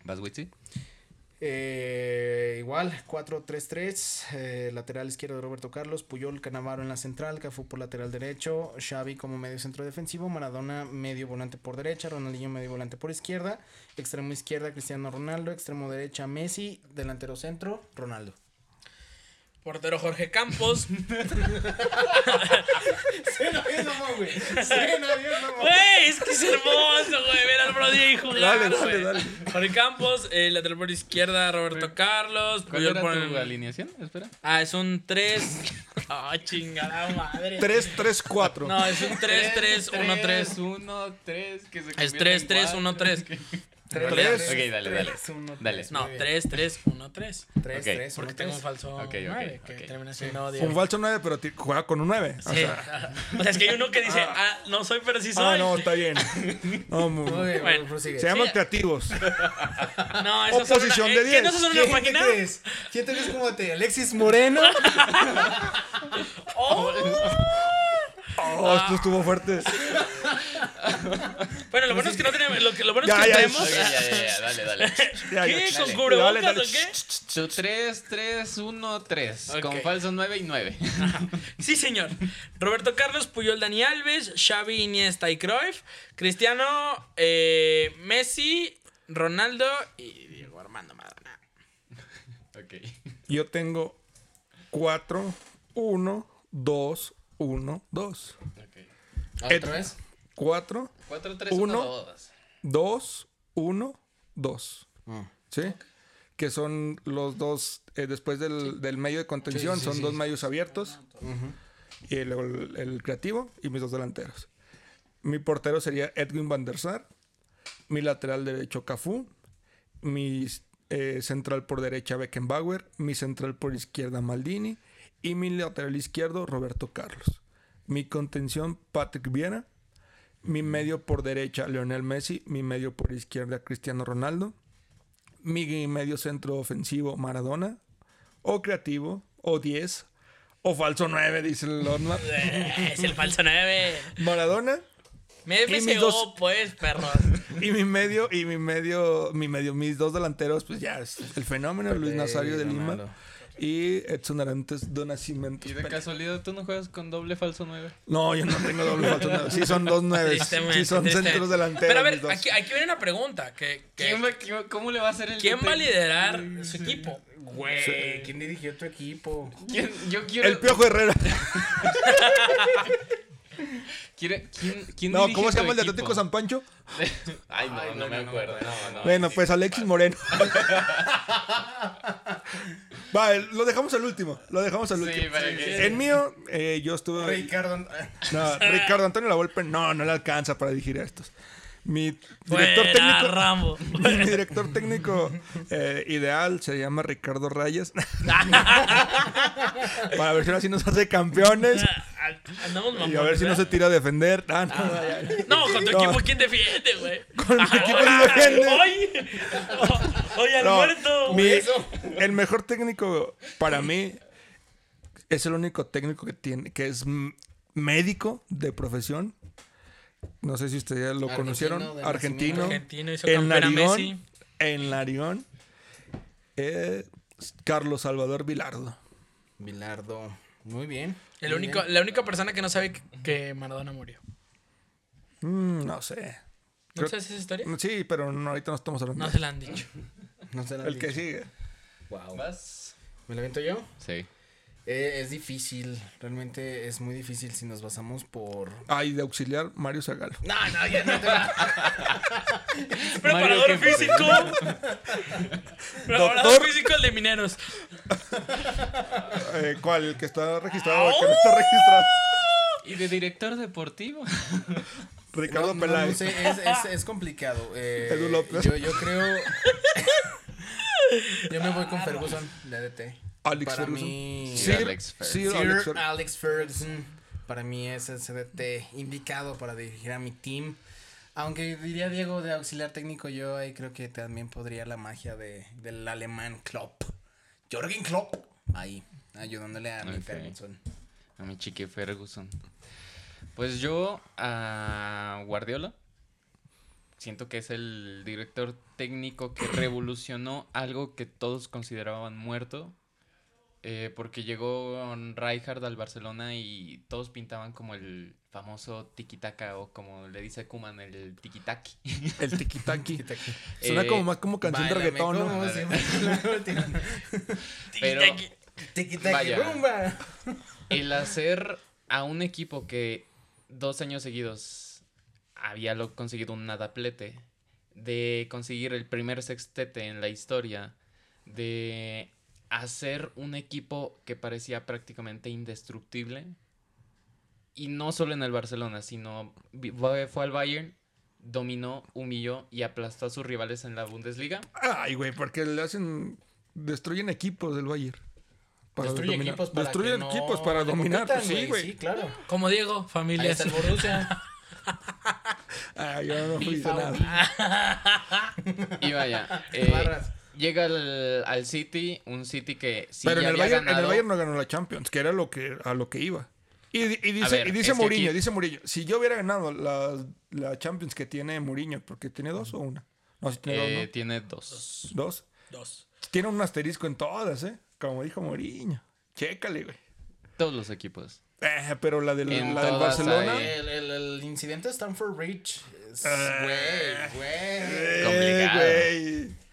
S3: ¿Vas, Witsi?
S4: Eh, igual, 4-3-3, eh, lateral izquierdo de Roberto Carlos, Puyol Canavaro en la central, Cafú por lateral derecho, Xavi como medio centro defensivo, Maradona medio volante por derecha, Ronaldinho medio volante por izquierda, extremo izquierda Cristiano Ronaldo, extremo derecha Messi, delantero centro Ronaldo.
S1: Portero Jorge Campos. Güey, es que es hermoso, güey. Ver al Brody y jugar.
S2: Dale, dale,
S1: güey.
S2: dale.
S1: Jorge Campos, eh, lateral por izquierda, Roberto Carlos.
S3: ¿Cuál
S1: Puyol
S3: era
S1: por
S3: tu
S1: el-
S3: alineación? Espera.
S1: Ah, es un 3. Ah, chingada madre.
S2: 3, 3, 4.
S1: No, es un 3-3-1-3.
S3: 1-3. que se
S1: Es
S3: convierte en
S1: 3-3-1-3.
S3: cuatro.
S4: Tres,
S1: Tres.
S4: tres,
S3: Ok, dale, dale.
S4: tres, uno,
S3: Dale.
S4: tres.
S1: No,
S4: Muy bien.
S1: 3-3-1-3.
S4: Tres,
S3: Ok,
S4: tres,
S1: Porque
S4: uno,
S1: tengo un
S4: tres.
S1: falso
S3: Ok, ok,
S1: 9 que
S3: ok.
S1: termina siendo 10.
S2: Un falso 9, pero ti- juega con un 9. O
S1: Sí.
S2: sea,
S1: O sea, es que hay uno que dice, ah, no soy, pero sí
S2: ah,
S1: soy.
S2: no,
S1: no.
S2: está bien. No, muy-
S4: Muy bien,
S1: Bueno,
S4: prosigue.
S2: se llama
S1: Sí.
S2: creativos.
S1: eso es una,
S2: Oposición
S1: eh,
S2: de
S1: ¿qué,
S2: 10.
S1: no eso es
S4: ¿Quién
S1: una página?
S4: te crees? ¿Quién te crees como te? ¿Alexis Moreno?
S1: Oh.
S2: Oh, esto estuvo fuerte.
S1: Bueno, lo bueno es que no tenemos. Lo, que, lo bueno
S2: Ya,
S1: es que
S2: ya,
S1: tenemos.
S3: Ok, ya, ya, ya, dale, dale.
S2: Ya, ya.
S1: ¿Qué? ¿Con
S3: dale.
S1: cubrebocas
S2: Dale, dale.
S1: o qué?
S3: Su 3, 3, 1, 3.
S1: Ok.
S3: Con falso 9 y 9.
S1: Sí, señor. Roberto Carlos, Puyol, Dani Alves, Xavi, Iniesta y Cruyff, Cristiano, eh, Messi, Ronaldo y Diego Armando Maradona.
S3: Ok.
S2: Yo tengo 4, 1, 2, 1, 2.
S3: okay.
S4: ¿Otra vez?
S2: 4,
S3: 4, 3, 1,
S2: Uno.
S3: 2.
S2: 2, 1, 2. ¿Sí? Que son los dos, eh, después del, del medio de contención, son dos medios abiertos. Y luego el, el creativo y mis dos delanteros. Mi portero sería Edwin Van der Sar. Mi lateral derecho Cafú. Mi eh, central por derecha Beckenbauer. Mi central por izquierda Maldini. Y mi lateral izquierdo Roberto Carlos. Mi contención Patrick Viera. Mi medio por derecha, Leonel Messi. Mi medio por izquierda, Cristiano Ronaldo. Mi medio centro ofensivo, Maradona. O creativo, o 10. O falso 9, dice el Lordman.
S1: Eh, Es el falso 9.
S2: Maradona.
S1: Me
S2: Y mis dos-
S1: FCO, pues, perros.
S2: Y mi medio, y mi medio, mi medio, mis dos delanteros, pues ya, es el fenómeno, Luis Nazario de Lima.
S4: Ronaldo.
S2: Y Edson Arantes de Nacimiento.
S3: ¿Y de casualidad tú no juegas con doble falso 9?
S2: No, yo no tengo doble falso 9. Sí, son dos 9.
S1: Tristemente,
S2: Sí, son
S1: tristemente.
S2: centros delanteros.
S1: Pero a ver,
S2: mis dos.
S1: aquí, aquí viene una pregunta. que- que-
S3: ¿Quién
S1: ¿Quién,
S3: va, quién- ¿Cómo le va a hacer
S1: va
S3: el
S1: a
S3: detective?
S1: liderar su equipo?
S4: Güey, Eh, ¿quién dirigió tu equipo?
S3: ¿Quién- Yo quiero.
S2: El Piojo Herrera.
S3: quiere- ¿Quién, quién
S2: No,
S3: dirige
S2: ¿cómo se
S3: tu
S2: llama el de
S3: equipo?
S2: Atlético San Pancho?
S3: Ay, no, no, me acuerdo. No, no,
S2: Bueno,
S3: sí.
S2: pues Alexis Moreno. Va, el- lo dejamos al último. Lo dejamos al
S3: Sí,
S2: último.
S3: para que-
S2: El mío, eh, yo estuve.
S4: Ricardo.
S2: No, Ricardo Antonio Lavolpe, no, no le alcanza para dirigir a estos. Mi director
S1: Fuera,
S2: técnico.
S1: Rambo.
S2: Mi director técnico eh, ideal se llama Ricardo Rayas. Para ver si ahora sí nos hace campeones
S1: Andamos
S2: y a ver si no se
S1: mamones,
S2: tira a defender. Ah, no, ya, ya.
S1: ¿verdad? No, con tu
S2: No.
S1: equipo, ¿quién defiende, güey?
S2: Con mi equipo sí defiende.
S1: ¡Oye! ¡Oye, al
S2: No,
S1: muerto!
S2: mi- el mejor técnico para mí es el único técnico que tiene, que es m- médico de profesión. No sé si ustedes ya lo
S4: Argentino
S2: conocieron.
S4: de
S2: Argentino.
S4: nacimiento.
S1: Argentino hizo
S2: el
S1: campeón a
S2: Larión.
S1: Messi.
S2: El Larión. eh, Carlos Salvador Vilardo.
S4: Bilardo. Muy bien.
S1: El
S4: muy
S1: único,
S4: bien.
S1: la única persona que no sabe que- que Maradona murió.
S2: Mm, no sé.
S1: ¿No
S2: Creo-
S1: sabes esa historia?
S2: Sí, pero no, ahorita no estamos hablando.
S1: No se la han dicho.
S4: No se lo han
S2: el que
S4: dicho.
S2: sigue.
S4: Wow.
S3: ¿Vas?
S4: ¿Me lo aviento yo?
S3: Sí.
S4: Eh, es difícil. Realmente es muy difícil si nos basamos por.
S2: Ah, y de auxiliar, Mario Zagal.
S4: No, no, ya no te
S1: Preparador
S3: Kempes.
S1: físico. Preparador
S2: Doctor.
S1: físico el de mineros.
S2: Eh, ¿Cuál? ¿El que está registrado? ¿El que no está registrado?
S3: ¿Y de director deportivo?
S2: Ricardo
S4: no, no, no
S2: Peláez.
S4: sé, es, es, es complicado. eh,
S2: Edu López.
S4: Yo, yo creo. yo me voy con Ferguson, la DT.
S2: Alex
S4: Para
S2: Ferguson.
S4: mí-
S3: Sí,
S2: Sir-
S3: Alex Fer-
S2: Sir
S4: Sir
S2: Alex Fer-
S4: Alex Ferguson para mí es el CDT indicado para dirigir a mi team. Aunque diría Diego de auxiliar técnico, yo ahí creo que también podría la magia de, del alemán Klopp. Jorgen Klopp. Ahí, ayudándole a mi
S3: Ok.
S4: Ferguson.
S3: A mi chiqui Ferguson. Pues yo a Guardiola. Siento que es el director técnico que revolucionó algo que todos consideraban muerto. eh, porque llegó Rijkaard al Barcelona y todos pintaban como el famoso tiki-taka o como le dice Kuman, el tiki-taki.
S2: El tiquitaqui.
S4: Tiki-taki.
S2: Suena
S3: Eh,
S2: como más como canción de
S4: Báilame
S2: reggaetón, ¿no?
S4: como
S3: ¿no?
S4: siempre.
S3: Pero-
S1: Tiki-taki.
S4: Tiki-taki,
S3: Vaya.
S4: rumba.
S3: El hacer a un equipo que dos años seguidos había lo- conseguido un nadaplete, de conseguir el primer sextete en la historia, de hacer un equipo que parecía prácticamente indestructible, y no solo en el Barcelona, sino vi- fue fue al Bayern dominó, humilló y aplastó a sus rivales en la Bundesliga.
S2: Ay, güey, porque le hacen. Destruyen equipos del Bayern. para
S4: Destruye
S2: dominar.
S4: equipos para
S2: Destruyen
S4: que no
S2: equipos para
S4: le
S2: dominar.
S4: compitan,
S2: pues sí,
S4: Sí,
S2: güey.
S4: claro.
S1: Como Diego,
S4: Ahí
S1: familia.
S4: está el Borussia.
S2: Ay, yo no fui de nada.
S3: Y vaya, eh,
S4: Barras.
S3: llega al, al City, un City que sí
S2: Pero
S3: ya
S2: en el,
S3: había
S2: Bayern, en el
S3: ganado.
S2: Bayern no ganó la Champions, que era lo que, a lo que iba. Y, di- y dice,
S3: ver,
S2: y dice
S3: es que
S2: Mourinho,
S3: aquí-
S2: dice Mourinho, si yo hubiera ganado la, la Champions que tiene Mourinho, porque tiene dos o una. No, si tiene
S3: eh, pues,
S2: dos,
S3: tiene dos.
S2: ¿no? Dos.
S1: Dos.
S2: Tiene un asterisco en todas, ¿eh? Como dijo Mourinho. Chécale, güey.
S3: Todos los equipos.
S2: Eh, pero la del,
S3: En
S2: la del
S3: todas
S2: Barcelona...
S3: hay-
S4: El, el, el incidente de Stanford Reach. es-
S2: Ah.
S4: Güey, güey.
S2: eh,
S3: complicado.
S2: güey.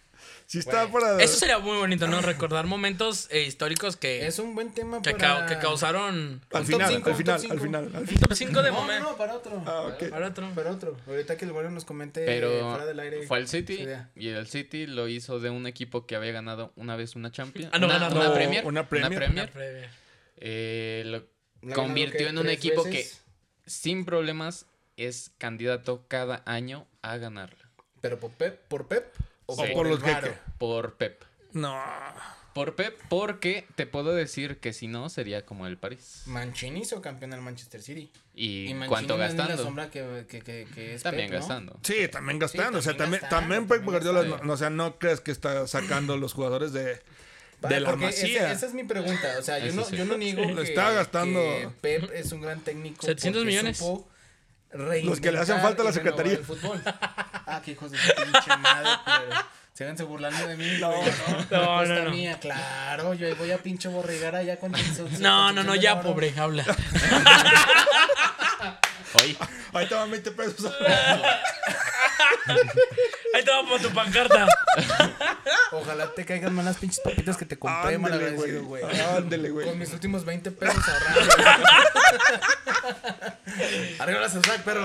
S2: Si está
S4: Güey.
S2: para...
S1: Eso sería muy bonito, ¿no? Recordar momentos eh, históricos que,
S4: Es un buen tema
S1: que,
S4: para...
S1: cau- que causaron.
S2: al,
S4: un top
S2: final,
S4: cinco,
S2: al
S4: un
S2: final,
S4: top
S2: al
S4: cinco.
S2: final, al
S1: Un
S2: final.
S1: top 5 de
S4: No, no,
S1: momentos.
S4: no, para otro.
S2: Ah, ok.
S1: Para otro.
S4: Para otro. Ahorita que el bueno nos comente eh,
S3: Pero
S4: fuera del aire.
S3: fue al City
S4: su idea.
S3: y el City lo hizo de un equipo que había ganado una vez una Champions.
S1: Ah, no,
S3: una,
S1: ganado.
S3: una
S1: No,
S3: Premier.
S2: una Premier.
S1: Una previa.
S3: Eh, lo
S4: Le ha ganado, ¿qué?
S3: convirtió en un
S4: ¿Tres
S3: equipo
S4: veces?
S3: que sin problemas es candidato cada año a ganarla.
S4: ¿Pero por Pep? ¿Por Pep?
S2: O
S3: Sí.
S2: por
S4: el
S2: los
S4: varo?
S2: que...
S3: Por Pep.
S2: No.
S3: Por Pep, porque te puedo decir que si no sería como el París.
S4: Mancini hizo campeón al Manchester City.
S3: ¿Y,
S4: Mancini
S3: cuánto
S4: no es ni
S3: gastando?
S4: La sombra que, que, que, que es
S3: También
S4: Pep, ¿no?
S3: gastando.
S2: Sí, también gastando. o sea, también,
S4: también gastando,
S2: también Pep
S4: también
S2: Guardiola,
S3: gastando.
S2: no- no, o sea, no crees que está sacando los jugadores de,
S4: Vale,
S2: de la
S4: porque ese-
S2: masía.
S4: esa es mi pregunta. O sea, yo
S3: Eso
S4: no,
S3: sí.
S4: yo no niego
S2: Lo
S4: que,
S2: está gastando.
S4: que Pep es un gran técnico.
S1: 700
S4: porque
S1: millones.
S4: supo
S2: Los que le hacen falta a la
S4: reinventar y
S2: secretaría.
S4: renovar el fútbol. Ah, qué hijos de su pinche madre, pero Se vense burlando de mí. No,
S1: no,
S4: no,
S1: no.
S4: mía, claro. Yo ahí voy a pinche borregar allá con
S1: No, no, no, ya, pobre, habla.
S3: Oye,
S2: Ahí te van 20 pesos.
S1: Ahí te vamos tu pancarta.
S4: Ojalá te caigan mal las pinches papitas que te compré,
S2: Ándele,
S4: malagradecido,
S2: güey.
S4: güey.
S2: Ándele, güey.
S4: Con mis últimos 20 pesos ahorrados. Arriba las Sazerac, perro.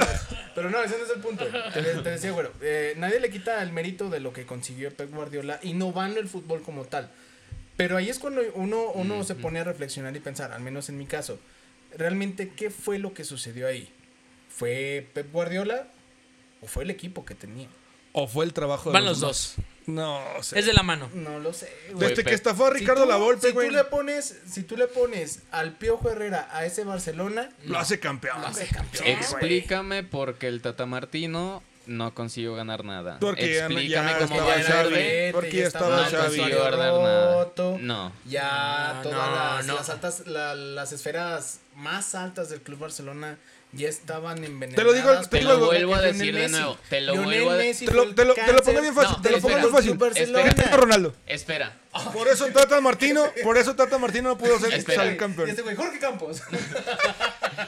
S4: Pero no, ese no es el punto. Te, te decía, bueno, eh, nadie le quita el mérito de lo que consiguió Pep Guardiola innovando el fútbol como tal. Pero ahí es cuando uno, uno
S2: Mm,
S4: se pone a reflexionar y pensar, al menos en mi caso, realmente qué fue lo que sucedió ahí. ¿Fue Pep Guardiola o fue el equipo que tenía?
S2: O fue el trabajo de
S1: Van
S2: los
S1: los dos.
S2: demás. No, o sea,
S1: Es de la mano.
S4: No lo sé, güey.
S2: desde
S3: Güey,
S2: que
S3: Pep.
S2: estafó a Ricardo
S4: Si tú-
S2: Lavolpe,
S4: si
S2: güey,
S4: Tú le pones, si tú le pones al Piojo Herrera a ese Barcelona,
S2: lo hace campeón.
S3: explícame por qué el Tata Martino no consiguió ganar nada.
S2: Porque ya no- ya
S3: explícame cómo
S2: estaba
S3: Valverde
S2: Xavi. porque ya estaba
S3: No
S2: Xavi.
S3: consiguió ganar nada. No.
S4: Ya
S1: No,
S4: todas
S1: no,
S4: las,
S1: no.
S4: las altas, la- las esferas más altas del Club Barcelona ya estaban envenenadas.
S2: Te lo digo- te
S4: por
S2: lo
S4: Lionel
S3: vuelvo a
S4: Messi.
S3: decir de nuevo, te lo
S4: Lionel
S3: vuelvo a-
S4: Messi
S2: Te
S4: fue
S2: lo,
S4: el
S2: te lo- te lo pongo
S4: cáncer
S2: bien fácil,
S3: No,
S2: te lo pongo bien
S4: del
S2: fácil.
S4: Club Barcelona.
S2: ¿Qué tiene Ronaldo?
S3: Espera.
S4: Ah.
S2: Por eso Tata Martino, por eso Tata Martino no pudo ser
S3: Espera.
S2: salir
S4: Y
S2: campeón.
S4: este güey, Jorge Campos.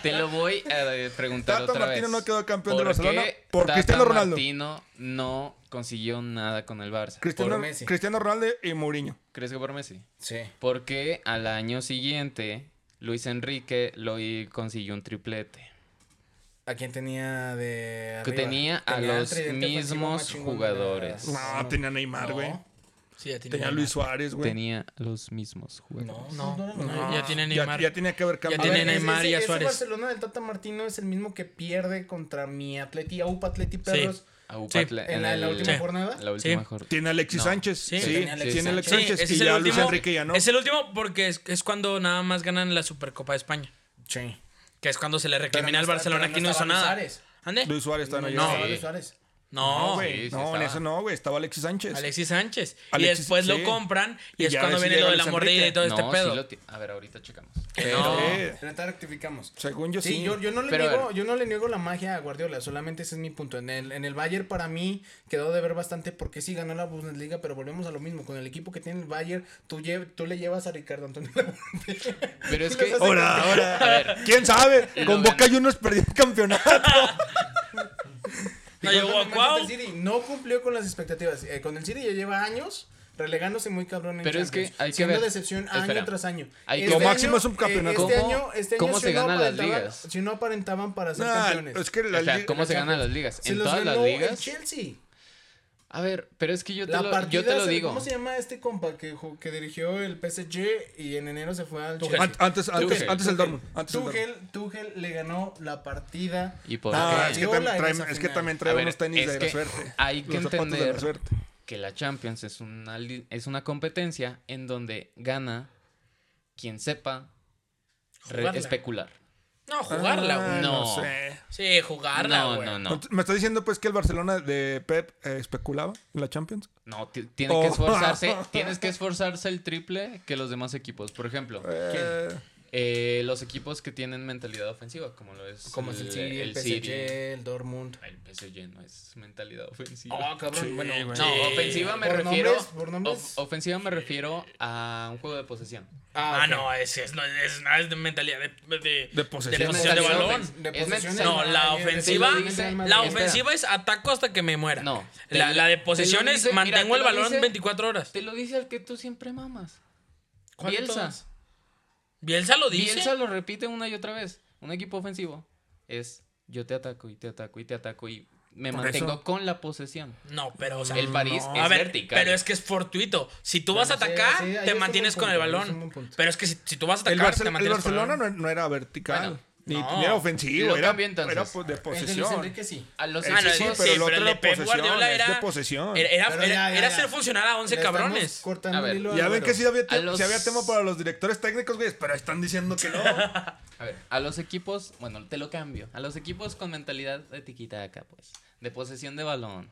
S3: Te lo voy a eh, preguntar
S2: Tata
S3: otra
S2: Martino
S3: vez.
S2: no quedó campeón de
S3: ¿Por qué
S2: Barcelona por
S3: Tata
S2: Cristiano Ronaldo?
S3: Martino no consiguió nada con el Barça.
S2: Cristiano,
S4: Por Messi.
S2: Cristiano Ronaldo y Mourinho.
S3: ¿Crees que por Messi?
S4: sí.
S3: Porque al año siguiente Luis Enrique lo y- consiguió un triplete.
S4: ¿A quién tenía de
S3: Que
S4: arriba?
S3: tenía a
S4: Tenía
S3: los
S4: tridente ofensivo
S3: mismos
S4: más chingón de
S3: jugadores.
S4: la-
S2: No, tenía Neymar,
S4: No.
S2: güey.
S1: Sí, ya tiene.
S2: Tenía Luis Suárez, güey.
S3: Tenía los mismos jugadores.
S1: No,
S4: No, no, no.
S1: no, ya tiene Neymar.
S2: Ya, tenía que haber
S1: Ya
S2: cambiado.
S1: tiene
S4: A ver,
S1: Neymar
S4: ese-
S1: y a
S4: ese
S1: Suárez.
S4: Barcelona del Tata Martino es el mismo que pierde contra mi Atleti, AUP Atleti Perros.
S3: A Upa-
S1: Sí.
S4: ¿En la- en la última
S1: Sí.
S4: jornada?
S3: La última
S1: Sí.
S3: jornada.
S2: Tiene Alexis
S3: No.
S2: Sánchez.
S1: Sí,
S2: Sí,
S4: tiene Alexis
S2: tiene Alexis
S4: Sánchez.
S2: Sánchez.
S1: ese
S2: y
S1: es el
S2: ya Luis
S1: último.
S2: Enrique ya no.
S1: Es el último porque es, es cuando nada más ganan la Supercopa de España.
S4: Sí.
S1: Que es cuando se le
S4: Pero
S1: recrimina
S4: no
S1: al
S4: está-
S1: Barcelona
S4: pero
S1: que no hizo
S4: estaba
S1: nada.
S4: Suárez.
S1: ¿Ande?
S3: Pues,
S2: Luis Suárez está no,
S4: No,
S1: No.
S4: estaba
S2: llegó.
S4: Luis Suárez.
S1: No,
S2: güey.
S3: Sí, sí
S2: no, en
S3: estaba.
S2: eso no, güey. Estaba Alexis Sánchez.
S1: Alexis Sánchez. y
S2: Alexis,
S1: después
S2: sí.
S1: lo compran y
S2: Y
S1: es
S2: ya
S1: cuando
S2: ves si
S1: viene lo
S2: llega
S1: de la
S2: Luis
S1: mordida y
S2: Enrique.
S1: todo este
S3: No, sí
S1: pedo.
S3: lo ti- A ver, ahorita checamos.
S1: No.
S2: Eh,
S4: Ahorita rectificamos.
S2: Según yo
S4: Sí,
S2: sí.
S4: Yo, yo no le
S3: Pero a
S4: niego,
S3: ver.
S4: yo no le niego la magia a Guardiola, solamente ese es mi punto. En el, en el Bayern para mí quedó de ver bastante porque sí ganó la Bundesliga, pero volvemos a lo mismo. Con el equipo que tiene el Bayern, tú, lle- tú le llevas a Ricardo Antonio.
S3: Pero es que.
S2: Ahora, ahora.
S3: A ver.
S2: ¿Quién sabe?
S3: Lo
S2: Con
S3: ganó.
S2: Boca Juniors perdió el campeonato.
S1: No
S4: Digo,
S1: llegó Ah, a
S4: con el
S1: Cuau.
S4: Manchester City no cumplió con las expectativas. Eh, con el City ya lleva años relegándose muy cabrón en
S3: Pero es
S4: Champions,
S3: que hay que
S4: siendo
S3: ver.
S4: decepción año
S3: Espera.
S4: tras año.
S3: Hay que
S2: Lo
S3: ver.
S2: máximo es un
S4: eh,
S2: campeonato.
S4: Este
S3: ¿Cómo-
S4: año, este año
S3: cómo
S4: si
S3: se
S4: no
S3: ganan las
S4: aparentaban-
S3: ligas?
S4: Si no aparentaban para ser
S2: Nah,
S4: campeones.
S2: es que la
S3: O sea,
S2: liga-
S3: ¿cómo se ganan las ligas?
S4: Se
S3: En
S4: los
S3: todas las
S4: ganó el
S3: ligas.
S4: Chelsea.
S3: A ver, pero es que yo te,
S4: La
S3: lo,
S4: partida,
S3: yo te lo
S4: se-
S3: digo.
S4: ¿Cómo se llama este compa que, ju- que dirigió el PSG y en enero se fue al
S1: Tuchel.
S4: Chelsea?
S2: An- Antes, antes,
S3: Tuchel.
S2: antes el Dortmund. Antes el Dortmund.
S4: Tuchel, Tuchel le ganó la partida.
S3: ¿Y por
S4: La
S3: qué?
S2: Ah,
S3: Ah,
S2: es que,
S4: Guardiola
S2: tam-
S4: en
S2: trae-
S4: esa
S2: es que
S4: final.
S2: también trae
S3: A ver,
S2: unos tenis
S3: es
S2: de la
S3: que
S2: suerte.
S3: hay que
S2: los zapatos de
S3: entender-
S2: la suerte.
S3: que la Champions es una, li- es una competencia en donde gana quien sepa re-
S1: Jugarla.
S3: especular.
S1: No, jugarla,
S2: Ah,
S1: güey.
S3: No.
S2: sé.
S1: Sí, jugarla,
S3: No,
S1: güey.
S3: no, no.
S2: ¿Me estás diciendo pues que el Barcelona de Pep eh, especulaba en la Champions?
S3: No, ti- tiene
S2: Oh.
S3: que esforzarse. Tienes que esforzarse el triple que los demás equipos. Por ejemplo,
S2: Eh,
S3: eh, los equipos que tienen mentalidad ofensiva, como lo es
S4: Como es el City, el, PSG,
S3: City.
S4: el Dortmund.
S3: El PSG no es mentalidad ofensiva.
S4: Oh, cabrón. bueno,
S2: güey.
S3: No,
S4: sí.
S3: ofensiva me
S4: Por
S3: refiero.
S4: nombres, por nombres.
S3: of- ofensiva me refiero a un juego de posesión.
S1: Ah,
S4: ok.
S1: no, es, es, no, es, no, es de mentalidad de, de,
S2: De posesión.
S1: de de
S3: Mentalidad
S1: balón.
S3: ofensiva.
S4: De
S3: Es
S4: posesión
S3: mensa-
S4: en
S1: No, la
S4: área, de
S1: ofensiva-
S4: posesión en área.
S1: La
S3: Espera.
S1: ofensiva es ataco hasta que me muera.
S3: No.
S1: La,
S3: Te-
S1: la de
S3: te lo
S1: posesiones,
S3: dice- mira,
S1: mantengo
S3: te
S1: el
S3: lo
S1: balón
S3: dice-
S1: 24 horas.
S3: Te lo dice el que tú siempre mamas.
S1: ¿Cuál
S3: Bielsa.
S1: todas? Bielsa lo dice.
S3: Bielsa lo repite una y otra vez. Un equipo ofensivo es yo te ataco y te ataco y te ataco y me
S2: Por
S3: mantengo
S2: eso.
S3: con la posesión.
S1: No, pero o sea,
S3: El París
S1: no.
S3: es
S1: A ver,
S3: vertical.
S1: Pero es que es fortuito. Si tú vas a
S4: Bueno, sí,
S1: atacar,
S4: sí, ahí es
S1: te
S4: un
S1: mantienes
S4: buen
S1: con el
S4: punto, ahí es un
S1: balón.
S4: buen punto.
S1: Pero es que si, si tú vas a
S2: el,
S1: atacar,
S2: Barcel-
S1: te
S2: el
S1: mantienes con el
S2: Barcelona
S1: balón.
S2: no, no era vertical.
S3: Bueno,
S2: ni,
S1: no.
S2: ni era ofensivo.
S3: Lo
S2: Era,
S3: cambié, entonces.
S2: era, pues, de
S4: El de Luis
S2: posesión.
S4: Enrique sí.
S3: A los
S2: Sí,
S1: Ah, no,
S2: sí,
S3: equipos
S1: sí,
S2: pero el
S1: pero
S2: otro
S1: el
S2: era
S1: de Pep
S2: posesión.
S1: Guardiola
S2: es
S1: era-
S2: de posesión.
S1: Era, era-
S4: Pero ya,
S1: era-
S4: ya,
S1: era
S4: ya.
S1: hacer funcionar a 11
S4: Le estamos
S1: cabrones.
S4: cortando
S3: A ver,
S4: el hilo
S2: Ya
S4: al
S2: ven
S4: güero.
S2: que sí había,
S3: A
S2: te-
S3: los-
S2: sí había tema para los directores técnicos, güey, pero están diciendo que no.
S3: a ver, a los equipos, bueno, te lo cambio. A los equipos con mentalidad de tiquita acá, pues, de posesión de balón.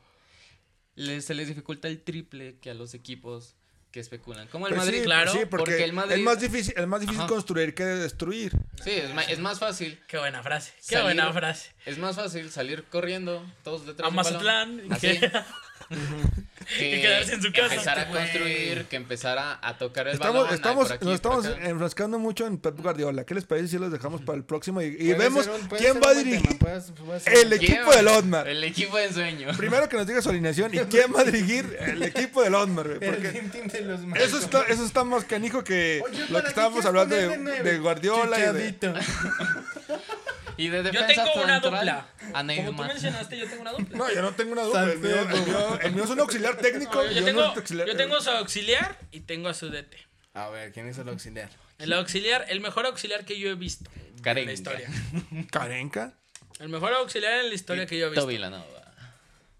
S3: les- se les dificulta el triple que a los equipos que especulan. Como el
S2: Pues
S3: Madrid,
S2: sí,
S1: claro,
S2: sí, porque,
S3: porque el Madrid-
S2: es más difícil, es más difícil
S3: Ajá.
S2: construir que destruir.
S3: Sí, es, ma- es más fácil.
S1: Qué buena frase. Qué
S3: Salir-
S1: buena frase.
S3: Es más fácil salir corriendo todos detrás
S1: A
S3: del balón,
S1: Mazatlán. y
S3: así,
S1: que- y quedarse en su casa.
S3: Empezar a
S1: Güey.
S3: construir, que empezar a, a tocar el
S2: Estamos,
S3: balón. ay,
S2: estamos,
S3: por aquí,
S2: nos
S3: por
S2: estamos
S3: acá.
S2: enfrascando mucho en Pep Guardiola. ¿Qué les parece si los dejamos para el próximo? Y, y
S4: Puede
S2: vemos
S4: ser un- puede
S2: quién
S4: ser
S2: va a
S4: un buen
S2: dirigir.
S4: tema, puede- puede ser
S2: el
S4: un buen
S2: equipo del Otmar.
S3: El equipo de sueño.
S2: Primero que nos diga su alineación y quién va a dirigir el equipo del Otmar, güey.
S4: tema.
S2: Porque
S4: El Dream Team de los
S2: eso
S4: Marcos.
S2: está, eso está más canijo que
S4: Oye,
S2: lo
S4: ¿para
S2: que
S4: qué
S2: estábamos
S4: quieres
S2: hablando de,
S4: poner nueve?
S2: de Guardiola y de.
S4: Chicharito.
S3: Y de
S1: Yo
S3: defensa
S1: tengo una
S3: central,
S1: dupla.
S3: A
S1: Como tú
S3: Neymar.
S1: mencionaste, yo tengo una dupla.
S2: No, yo no tengo una duda.
S4: San
S2: El mío, el
S4: Pedro.
S2: mío- el mío es un auxiliar técnico.
S1: No, yo,
S2: no
S1: tengo,
S2: es auxiliar-
S1: yo tengo su auxiliar y tengo a su DT.
S4: A ver, ¿quién es el auxiliar?
S1: El auxiliar, el mejor auxiliar que yo he visto en
S3: Karenka.
S1: la historia.
S2: Karenka.
S1: El mejor auxiliar en la historia que yo he visto.
S3: Toby Lanova.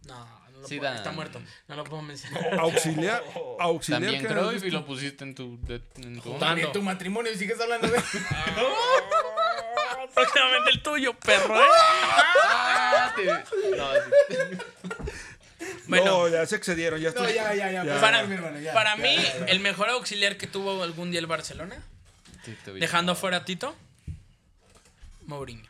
S1: No, no lo
S3: Sí,
S1: puedo,
S3: Dan.
S1: está muerto. No lo puedo mencionar.
S2: Auxiliar. Auxiliar.
S3: También
S2: que-
S3: Cruyff y lo pusiste en tu... de- en tu-
S1: Jugando.
S4: También tu matrimonio y sigues hablando de...
S1: Próximamente el tuyo, perro. ¿eh?
S3: Ah, te- No, sí.
S1: Bueno,
S2: no, ya se excedieron. Ya
S4: No,
S2: estoy-
S4: ya, ya, ya. perdón,
S1: para,
S4: mi hermano, ya,
S1: para
S4: ya,
S1: mí,
S4: ya, ya.
S1: el mejor auxiliar que tuvo algún día el Barcelona,
S3: Sí, Toby
S1: dejando
S3: Lanova.
S1: fuera a Tito, Mourinho.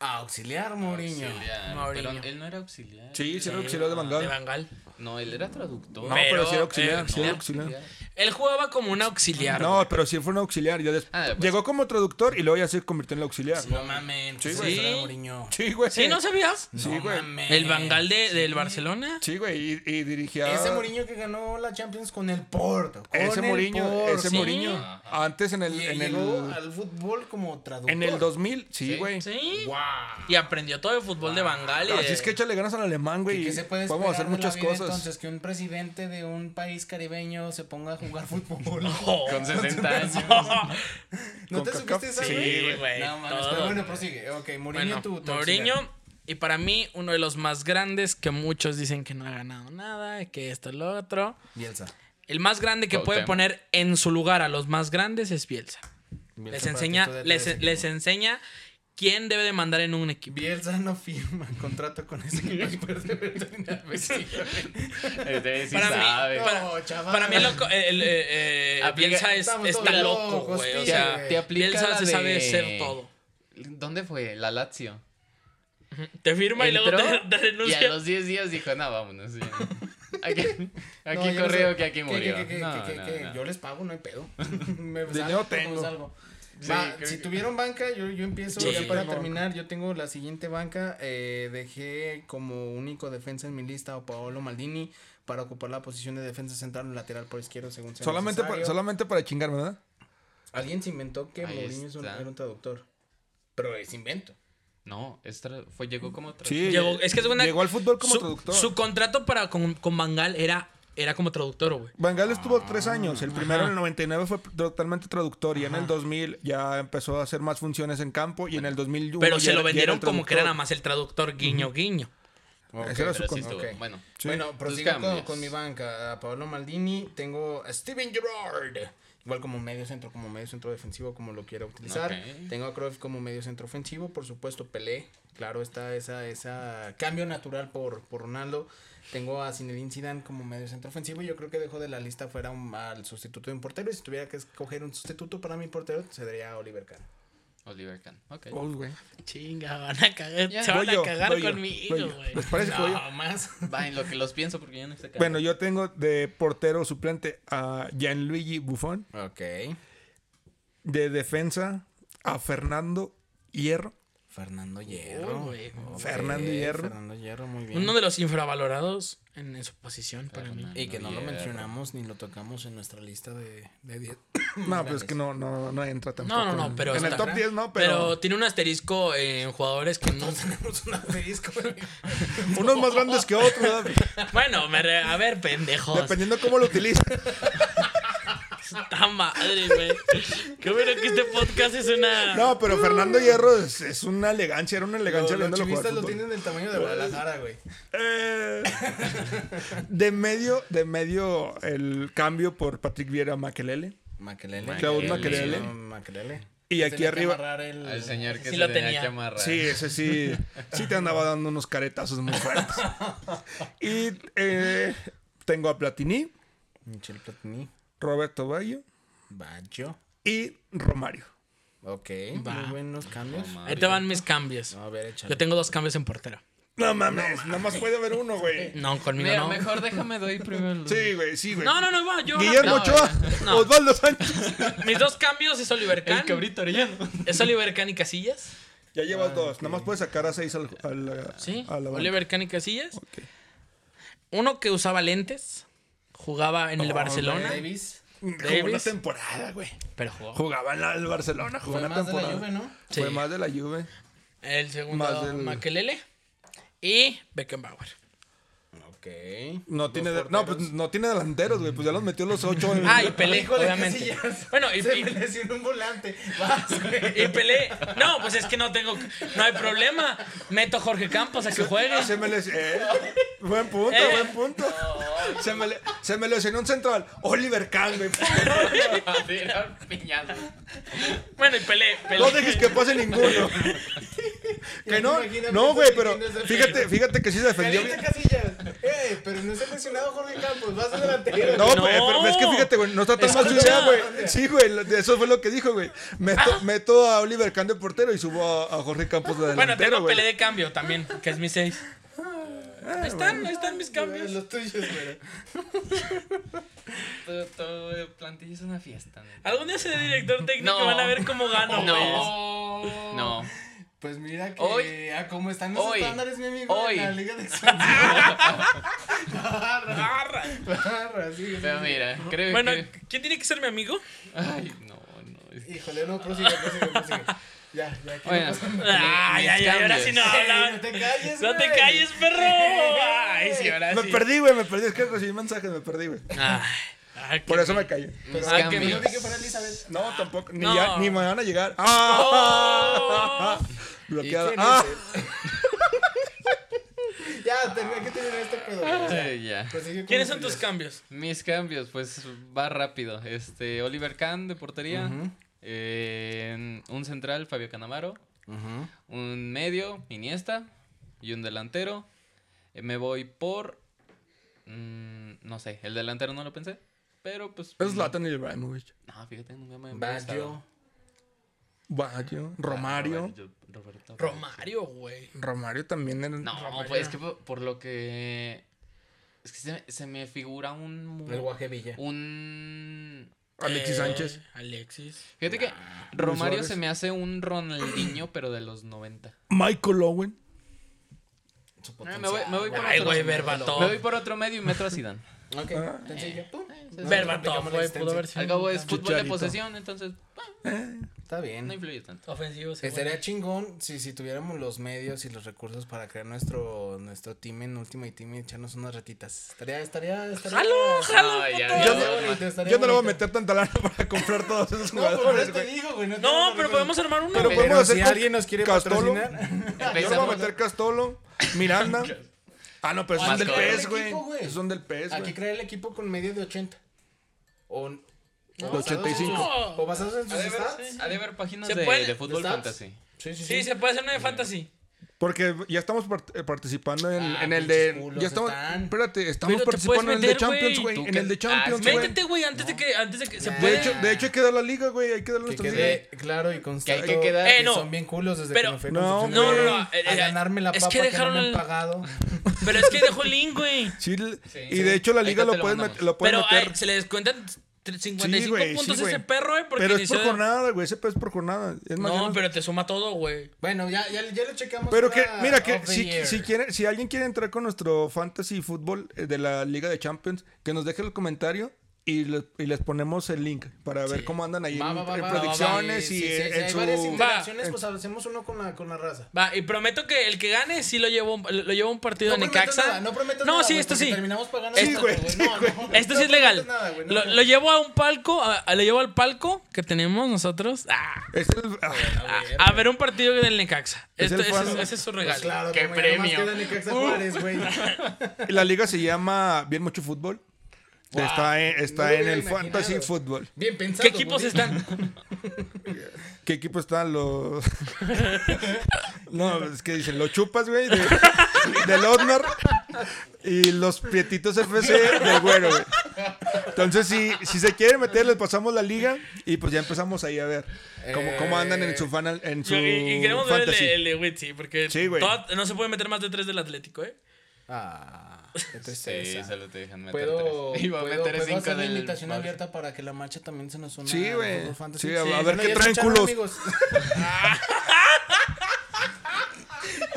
S4: Auxiliar, Mourinho.
S3: Auxiliar,
S1: Mourinho.
S3: Pero él no era auxiliar.
S2: Sí, sí, era auxiliar de
S1: De
S2: Bangal.
S1: Van Gaal.
S3: No, él era traductor.
S2: No, pero,
S1: Pero,
S2: sí era auxiliar.
S1: eh,
S2: sí era
S1: no.
S2: auxiliar.
S1: Él jugaba como un auxiliar.
S2: No, pero sí fue un auxiliar. ya des-
S3: Ah, pues.
S2: Llegó como traductor y luego ya se convirtió en el auxiliar.
S4: No mames.
S2: Sí,
S4: Sí,
S2: güey.
S4: güey. Mourinho.
S2: Sí, güey.
S1: ¿Sí no sabías?
S2: Sí, güey.
S1: El Bangal de, del Barcelona.
S2: Sí, güey. Y, y dirigía.
S4: Ese Mourinho que ganó la Champions con el Porto. con
S2: Ese
S4: el
S2: Mourinho.
S4: Porto.
S2: Ese
S1: sí.
S2: Mourinho. Antes en el.
S4: Y
S2: En
S4: llegó
S2: el,
S4: al fútbol como traductor.
S2: en el 2000. Sí,
S3: Sí.
S2: güey.
S1: Sí.
S4: ¡Wow!
S1: Y aprendió todo el fútbol de Bangal.
S2: Así es que échale ganas al alemán,
S4: ¿Y
S2: güey.
S4: qué se puede
S2: Podemos
S4: esperar
S2: hacer
S4: de la
S2: muchas
S4: vida,
S2: cosas.
S4: Entonces, que un presidente de un país caribeño se ponga a jugar fútbol.
S3: Con 60 años.
S4: ¿No te
S2: Con
S4: supiste
S2: Kaká.
S4: esa,
S1: Sí, güey.
S4: No, mames,
S1: todo.
S4: pero bueno, prosigue. Ok, Mourinho,
S1: Bueno,
S4: tu, tu
S1: Mourinho,
S4: auxiliar.
S1: y para mí uno de los más grandes que muchos dicen que no ha ganado nada, que esto es lo otro.
S4: Bielsa.
S1: El más grande que puede
S3: Cuauhtémoc.
S1: poner en su lugar a los más grandes es Bielsa.
S4: Bielsa
S1: Les
S4: para
S1: enseña,
S4: ti, tú de
S1: les,
S4: tres
S1: les
S4: equipos.
S1: enseña quién debe de mandar en un equipo.
S4: Bielsa no firma contrato con ese equipo después de ver terminar Messi.
S3: Este sí
S1: Para mí-
S3: sabe.
S1: para-
S4: No, chaval.
S1: Para mí loco, el, eh, eh,
S3: Aplica-
S1: Bielsa es-
S4: Estamos
S1: está
S4: todos
S1: loco,
S4: locos,
S1: güey. O
S4: tío.
S1: sea,
S4: Te
S3: aplica
S1: Bielsa
S3: la
S1: se
S3: de-
S1: sabe ser todo.
S3: ¿Dónde fue? La Lazio.
S1: Te firma y luego
S3: Entró,
S1: te, te
S3: y
S1: renuncia.
S3: a los 10 días dijo, no, vámonos. ya". Aquí, aquí
S4: No, yo no
S3: corrió
S4: sé.
S3: que aquí
S4: ¿Qué,
S3: murió.
S4: qué, qué, qué,
S3: No,
S4: qué,
S3: no,
S4: qué?
S3: no.
S4: Yo les pago, no hay pedo. Me
S2: Dinero
S4: salgo,
S2: tengo.
S4: me salgo.
S3: Sí,
S4: Va,
S3: creo
S4: si
S3: que-
S4: tuvieron banca, yo, yo empiezo
S1: Sí.
S4: ya para
S2: Tengo banca.
S4: terminar. Yo tengo la siguiente banca. eh, dejé como único defensa en mi lista a Paolo Maldini para ocupar la posición de defensa central o lateral por izquierdo según sea
S2: Solamente, pa-
S4: necesario.
S2: solamente para chingarme, ¿verdad?
S4: Alguien se inventó que
S3: Ahí
S4: Mourinho es un-
S3: está.
S4: era un traductor. Pero es invento.
S3: No, es tra- fue, llegó como tra-
S2: Sí,
S1: Llegó- es que es una-
S2: llegó al fútbol como
S1: su,
S2: traductor.
S1: Su contrato para con, con Bangal era, era como traductor, güey.
S2: Van Gaal estuvo
S4: Ah,
S2: tres años. El primero en el 99 fue totalmente traductor y en el 2000 ya empezó a hacer más funciones en campo y en el 2001
S1: Pero
S2: ya
S1: se
S2: era-
S1: lo
S2: ya
S1: vendieron
S2: el
S1: como que era nada
S2: traductor.
S1: más el traductor guiño guiño.
S2: Ese era
S3: Pero
S2: su
S3: sí
S2: contrato.
S3: estuvo.
S4: Ok.
S3: Bueno,
S2: Sí.
S4: Bueno,
S3: Entonces,
S4: prosigo con,
S3: cambios.
S4: con mi banca. A Pablo Maldini, tengo a Steven Gerrard. Igual como medio centro, como medio centro defensivo, como lo quiera utilizar.
S3: Ok.
S4: Tengo a Cruyff como medio centro ofensivo, por supuesto Pelé. Claro, está esa, esa cambio natural por, por Ronaldo. Tengo a Zinedine Zidane como medio centro ofensivo. Yo creo que dejo de la lista fuera un, al sustituto de un portero. Y si tuviera que escoger un sustituto para mi portero, sería a Oliver Kahn.
S3: Oliver Kahn. Ok.
S2: Oh, güey.
S1: Chinga, van a cagar,
S3: Ya.
S1: se van
S2: Voy yo,
S1: a cagar
S2: voy yo,
S1: conmigo,
S2: voy yo.
S1: güey.
S2: ¿Les parece que voy yo?
S4: No, más.
S3: Va, en lo que los pienso porque yo no sé qué.
S2: Bueno, yo tengo de portero suplente a Gianluigi Buffon,
S4: Ok.
S2: de defensa a Fernando Hierro.
S4: Fernando Hierro.
S1: güey.
S4: Ok,
S2: Fernando Hierro.
S4: Fernando Hierro, muy bien.
S1: Uno de los infravalorados en, en su posición para mí.
S3: Fernando.
S4: Y que no lo
S3: Hierro.
S4: mencionamos ni lo tocamos en nuestra lista de 10.
S2: No, pues es que no, no, no entra tampoco.
S1: No, no, no,
S2: en-
S1: pero
S2: En el
S1: está-
S2: top 10 no,
S1: Pero...
S2: pero,
S1: tiene un asterisco en jugadores que no.
S4: tenemos un asterisco.
S2: unos más grandes que otros. ¿verdad?
S1: bueno, me re- a ver, pendejos.
S2: Dependiendo cómo lo utilizas.
S1: Está madre, güey. Qué bueno que este podcast es una.
S2: No, pero Fernando Hierro es, es una elegancia, era una elegancia
S4: Los, los
S2: viéndolo jugar
S4: chivistas lo
S2: fútbol.
S4: tienen del tamaño de Guadalajara, güey.
S2: Eh, de medio, de medio el cambio por Patrick Viera Maquelele.
S4: Maquelele.
S2: Claude Makelele.
S4: Sí, Makelele.
S2: Y
S4: Se
S2: aquí
S4: tenía que
S2: arriba-
S4: amarrar el-
S3: Al señor que
S1: Sí
S3: se
S1: lo
S3: tenía,
S1: tenía.
S3: que amarrar.
S2: Sí, ese sí, sí te andaba dando unos caretazos muy fuertes. Y eh, tengo a Platini,
S4: Michel Platini.
S2: Roberto Baggio
S4: Baggio.
S2: y Romario.
S4: Ok.
S1: Va.
S4: Muy buenos cambios.
S3: No,
S1: Ahí te van mis cambios.
S4: No, a ver, échale.
S1: Yo tengo dos cambios en portero.
S2: No mames, nada más puede haber uno, güey.
S1: No, conmigo
S3: Mira,
S1: no.
S3: mejor déjame doy primero. el-
S2: Sí, güey, sí, güey.
S1: No, no, no, va, yo.
S2: Guillermo
S1: no,
S2: Ochoa,
S1: no.
S2: Osvaldo Sánchez.
S1: Mis dos cambios es Oliver
S3: El
S1: Kahn.
S3: cabrito Orellano.
S1: Es Oliver Kahn y Casillas.
S2: Ya llevas
S4: Ah,
S2: dos, nada más puedes sacar a seis al, al-
S1: Sí.
S2: a Ah, la banca.
S1: Oliver Kahn y Casillas. Uno que usaba lentes. Jugaba
S2: Oh,
S1: en el Barcelona.
S4: Davis.
S2: Jugó una
S1: Davis.
S2: temporada, güey.
S1: Pero jugó.
S2: Jugaba en la- el Barcelona, jugó
S4: Fue
S2: una
S4: más de
S2: temporada.
S4: la Juve, ¿no?
S1: Sí.
S2: Fue más de la Juve.
S1: El
S2: Más
S1: segundo,
S2: del-
S1: Makelele. Y Beckenbauer.
S4: Ok.
S2: No tiene, de- no, pues, no tiene delanteros, güey. Pues ya los metió los ocho. en-
S1: Ah, y Pelé,
S4: Híjole,
S1: obviamente.
S4: Casillas.
S1: Bueno, y,
S4: Se
S1: y-
S4: me lesionó un volante. Vas, güey.
S1: y Pelé. No, pues es que no tengo. No hay problema. Meto a Jorge Campos a que juegue.
S2: Se me les- eh, buen punto,
S1: Eh.
S2: buen punto. Se me, le- se me lesionó un central. Oliver Kahn, güey.
S3: Era un piñazo.
S1: Bueno, y Pelé. Pelé.
S2: No dejes que pase ninguno. Que no, no, güey, pero fíjate, fíjate que sí se defendió
S4: Caliente
S2: bien.
S4: Casillas. Eh, pero no se ha lesionado Jorge Campos. Vas a delantero.
S2: No,
S1: No.
S2: Pero, pero es que fíjate, güey, no está tan mal su
S1: Escucha.
S2: idea, güey. Sí, güey, lo- eso fue lo que dijo, güey. Meto,
S4: Ah.
S2: meto a Oliver Kahn de portero y subo a, a Jorge Campos de
S1: Bueno,
S2: delantero,
S1: tengo
S2: güey. Ah,
S1: Pelé de cambio también, que es mi 6. Ahí están, ahí están mis cambios.
S4: Los tuyos, güey.
S3: Todo, todo plantilla es una fiesta. neta.
S1: Algún día seré director técnico
S3: No.
S1: van a ver cómo gano, güey.
S3: No. No.
S4: Pues mira que
S3: Hoy-
S4: a cómo están los
S3: hoy-
S4: estándares, mi amigo,
S3: hoy.
S4: en la Liga de Expansión. Barra, sí, sí,
S3: Pero
S4: sí.
S3: mira, creo
S1: Bueno,
S3: que.
S1: ¿quién tiene que ser mi amigo?
S3: Ay, no, no. es-
S4: Híjole, no, prosigue, prosigue, prosigue. Ya, ya, que
S3: Bueno,
S4: no pasa nada.
S1: Ah,
S3: mis
S1: ya, ya, ahora
S3: cambios.
S1: sí no
S4: Ey,
S1: hablan.
S4: No te calles,
S1: No te
S4: güey.
S1: calles, perro. Ay, sí, ahora
S2: Me
S1: sí.
S2: perdí, güey, me perdí. Es que recibí mensajes, me perdí, güey.
S4: Ah.
S1: Ay, ay,
S2: Por
S1: qué-
S2: eso me callé.
S3: mis
S1: Ah, que
S4: Pero yo
S3: cambios.
S4: dije para Elizabeth.
S2: No, tampoco. Ni,
S1: No.
S2: ya- ni me van a
S4: Oh.
S2: llegar. ¡Ah! Bloqueada.
S4: ¿Quién es
S2: ¡Ah!
S4: él? Ya, tenía que terminar este pedo. güey. O sea,
S3: Ay, ya.
S4: prosigue con
S1: ¿Quiénes
S4: los
S1: son tus
S4: tuyos.
S1: cambios?
S3: Mis cambios, pues va rápido. Este, Oliver Kahn de portería. Eh, un central, Fabio Canamaro. Un medio, Iniesta. Y un delantero. Eh, me voy por. mm, no sé, el delantero no lo pensé. Pero pues.
S2: Es
S3: mm,
S2: Zlatan Ibrahimovic.
S3: No, fíjate, nunca me me ha
S4: Baggio.
S3: gustado.
S2: Baggio.
S4: Ah,
S2: Romario.
S3: Roberto- Roberto-
S1: Romario, güey.
S2: Romario también era.
S3: No,
S1: Romario.
S3: pues es que por, por lo que. Es que se, me- se me figura un. mu-
S4: El Guaje Villa.
S3: Un.
S2: Alexis
S1: Eh,
S2: Sánchez.
S1: Alexis.
S3: Fíjate que
S2: Luis
S3: Romario
S2: Suárez.
S3: se me hace un Ronaldinho, pero de los 90.
S2: Michael Owen.
S4: Su
S3: Ah, me voy- me voy con
S4: potencial,
S1: Ay, güey,
S3: Me
S1: verbato.
S3: voy por otro medio y meto a Zidane.
S4: Ah. Ok, sencillo. Pum.
S3: No,
S1: Berbatov, güey, pudo haber sido.
S3: Al cabo es
S1: Chicharito.
S3: fútbol de posesión, entonces ah,
S4: Está bien.
S3: no influye tanto.
S1: Ofensivo, sí.
S4: Estaría chingón si, si tuviéramos los medios y los recursos para crear nuestro, nuestro team en Ultimate Team y echarnos unas retitas. Estaría, estaría, estaría.
S1: ¡Jalo, jalo!
S3: No, ya,
S1: puto!
S3: ya,
S2: Yo
S3: no,
S2: no-
S4: bonito, estaría
S2: Yo no le voy a
S4: bonito.
S2: meter tanta lana para comprar todos esos
S4: No, por
S2: jugadores,
S4: eso te
S2: güey.
S4: digo, güey. te voy
S1: No,
S4: a
S1: pero
S4: dar
S1: podemos armar una.
S2: Pero
S1: güey.
S4: Pero
S2: podemos hacer
S4: si
S2: con
S4: alguien nos quiere
S2: Castolo.
S4: patrocinar.
S2: Yo le voy a
S3: Empezamos.
S2: meter Castolo, Miranda. Ah, no, pero son
S3: Más
S2: del
S3: cabrón.
S2: PES, güey.
S4: Equipo, güey.
S2: Esos Son del PES,
S4: Hay que
S2: güey.
S4: crear el equipo con media de 80. O,
S2: De
S4: basados en
S2: 85.
S4: sus- O basados en
S3: Ha
S4: sus
S3: de haber-
S4: stats.
S3: ha de haber páginas
S1: Se
S3: de,
S1: puede-
S3: de fútbol
S4: ¿de stats?
S3: fantasy.
S4: Sí, sí,
S1: Sí, se puede hacer una de fantasy.
S2: Porque ya estamos part- eh, participando en,
S4: Ah,
S2: en el de.
S4: pinches culos
S2: Ya estamos.
S4: están.
S2: Espérate, estamos
S1: Pero te puedes
S2: participando en el de
S1: meter,
S2: Champions,
S1: güey.
S2: güey.
S3: Tú
S2: En
S3: que-
S2: el de
S3: ah,
S2: Champions, güey.
S1: Métete, güey, antes de que. Antes de que. Se
S4: Nah.
S2: De
S1: puede.
S2: hecho, de hecho, hay que dar la liga, güey. Hay que dar
S4: Que
S2: nuestra liga.
S4: quede claro y constante.
S3: Que hay que quedar-
S1: Eh,
S4: que
S1: no.
S4: son bien culos desde
S1: Pero-
S4: que me fui a
S2: No,
S1: No,
S4: Concepción
S1: no,
S4: de
S1: no.
S4: León.
S1: eh,
S4: A
S1: eh,
S4: ganarme la
S1: es
S4: papa
S1: que
S4: que,
S1: dejaron
S4: no me han
S1: el-
S4: pagado.
S1: Pero es que dejó el link, güey.
S2: Sí, l- y
S3: sí.
S2: de hecho la
S3: Ahí
S2: liga
S3: te
S2: lo
S3: lo
S2: puedes,
S3: mandamos.
S2: met- lo puedes
S1: Pero
S2: meter.
S1: ay, se le descuentan tre- 55
S2: Sí, güey,
S1: puntos
S2: sí,
S1: a ese
S2: güey.
S1: perro, güey, porque
S2: Pero es por
S1: inició-
S2: jornada, güey. Ese es por jornada. Es más, ya
S1: No, pues
S2: no-
S1: pero te suma todo, güey.
S4: Bueno, ya, ya, ya lo checamos.
S2: Pero que,
S4: para
S2: mira, que
S4: off Pues the
S2: si,
S4: year.
S2: si, quieren- si alguien quiere entrar con nuestro fantasy fútbol eh, de la Liga de Champions, que nos deje el comentario y, le- y les ponemos el link para ver cómo andan ahí
S4: Va,
S2: en,
S4: va, va,
S2: en
S4: va,
S2: predicciones
S4: sí,
S2: y
S4: sí, sí,
S2: en,
S4: sí,
S2: en
S4: hay
S2: su...
S4: varias
S1: Va.
S4: interacciones, pues hacemos uno con la, con la raza.
S1: Va, y prometo que el que gane sí lo llevo, lo llevo a un partido
S4: No
S1: de
S4: prometo
S1: Necaxa.
S4: nada, no prometo
S1: No,
S4: nada,
S1: sí,
S4: güey,
S1: esto
S4: porque
S1: sí.
S4: Terminamos pagando
S1: Esto-
S4: esto, güey. No, no,
S1: Esto
S4: no
S1: sí es
S4: prometo
S1: legal.
S4: nada, güey, no,
S1: lo,
S4: no.
S1: lo llevo a un palco, a- a- lo llevo al palco que tenemos nosotros a,
S2: Es el- ah,
S1: a- a ver un partido del Necaxa.
S2: Es
S1: Esto-
S2: el
S1: ese,
S2: fan-
S1: es- ese es su
S4: Pues
S1: regalo.
S4: claro,
S3: ¡Qué
S4: como ya nomás
S3: premio!
S4: queda Necaxa
S1: Uh.
S4: Juárez, güey.
S2: la liga se llama Bien Mucho Fútbol. Está en,
S4: no
S2: está
S4: lo
S2: en
S4: hubiera
S2: el
S4: imaginado.
S2: fantasy fútbol.
S4: Bien pensado.
S1: ¿Qué equipos
S4: güey.
S1: están?
S2: ¿Qué equipo están los...? no, es que dicen, los chupas, güey, de, del Otmar y los Pietitos FC del Güero, güey. Entonces, si, si se quieren meter, les pasamos la liga y pues ya empezamos ahí a ver cómo, cómo andan en su, fan, en
S1: Eh, Y,
S2: su
S1: y queremos ver el
S2: fantasy.
S1: de- el de Witsi, porque
S2: Sí, güey.
S1: toda- no se puede meter más de tres del Atlético, ¿eh?
S4: Ah, qué
S3: Sí,
S4: tristeza.
S3: solo te dejan meter
S4: Puedo,
S3: tres. Iba a
S4: puedo,
S3: meter
S4: puedo
S3: cinco
S4: hacer la
S3: del
S4: invitación
S3: Barça.
S4: abierta para que la marcha también se nos una.
S2: Sí, güey.
S4: al fútbol fantasy.
S2: Sí, a- a ver
S4: bueno,
S2: qué
S4: ya
S2: traen
S4: escucharon,
S2: culos.
S4: amigos.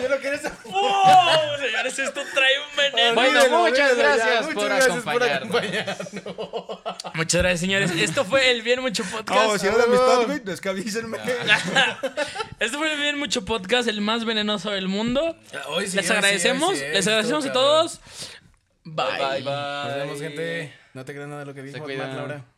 S4: Yo lo quería saber.
S1: ¡Wow! Señores, esto trae un veneno.
S3: Bueno,
S2: Olvídalo,
S3: muchas
S2: olvídalo ya,
S3: gracias
S2: muchas
S3: por
S2: gracias por
S3: acompañarnos.
S1: Muchas gracias, señores. Esto fue el Bien Mucho Podcast.
S2: Oh, si era de amistad, güey, es que avísenme.
S1: Ah, Esto fue el Bien Mucho Podcast, el más venenoso del mundo.
S4: Hoy sí, hoy
S1: les
S4: sí,
S1: agradecemos,
S4: hoy sí,
S1: les
S4: esto,
S1: agradecemos a
S4: cabrón.
S1: todos. Bye.
S3: Bye, bye.
S4: Nos vemos, gente. No te creas nada de lo que dijo
S3: cuidan.
S4: Omar Laura.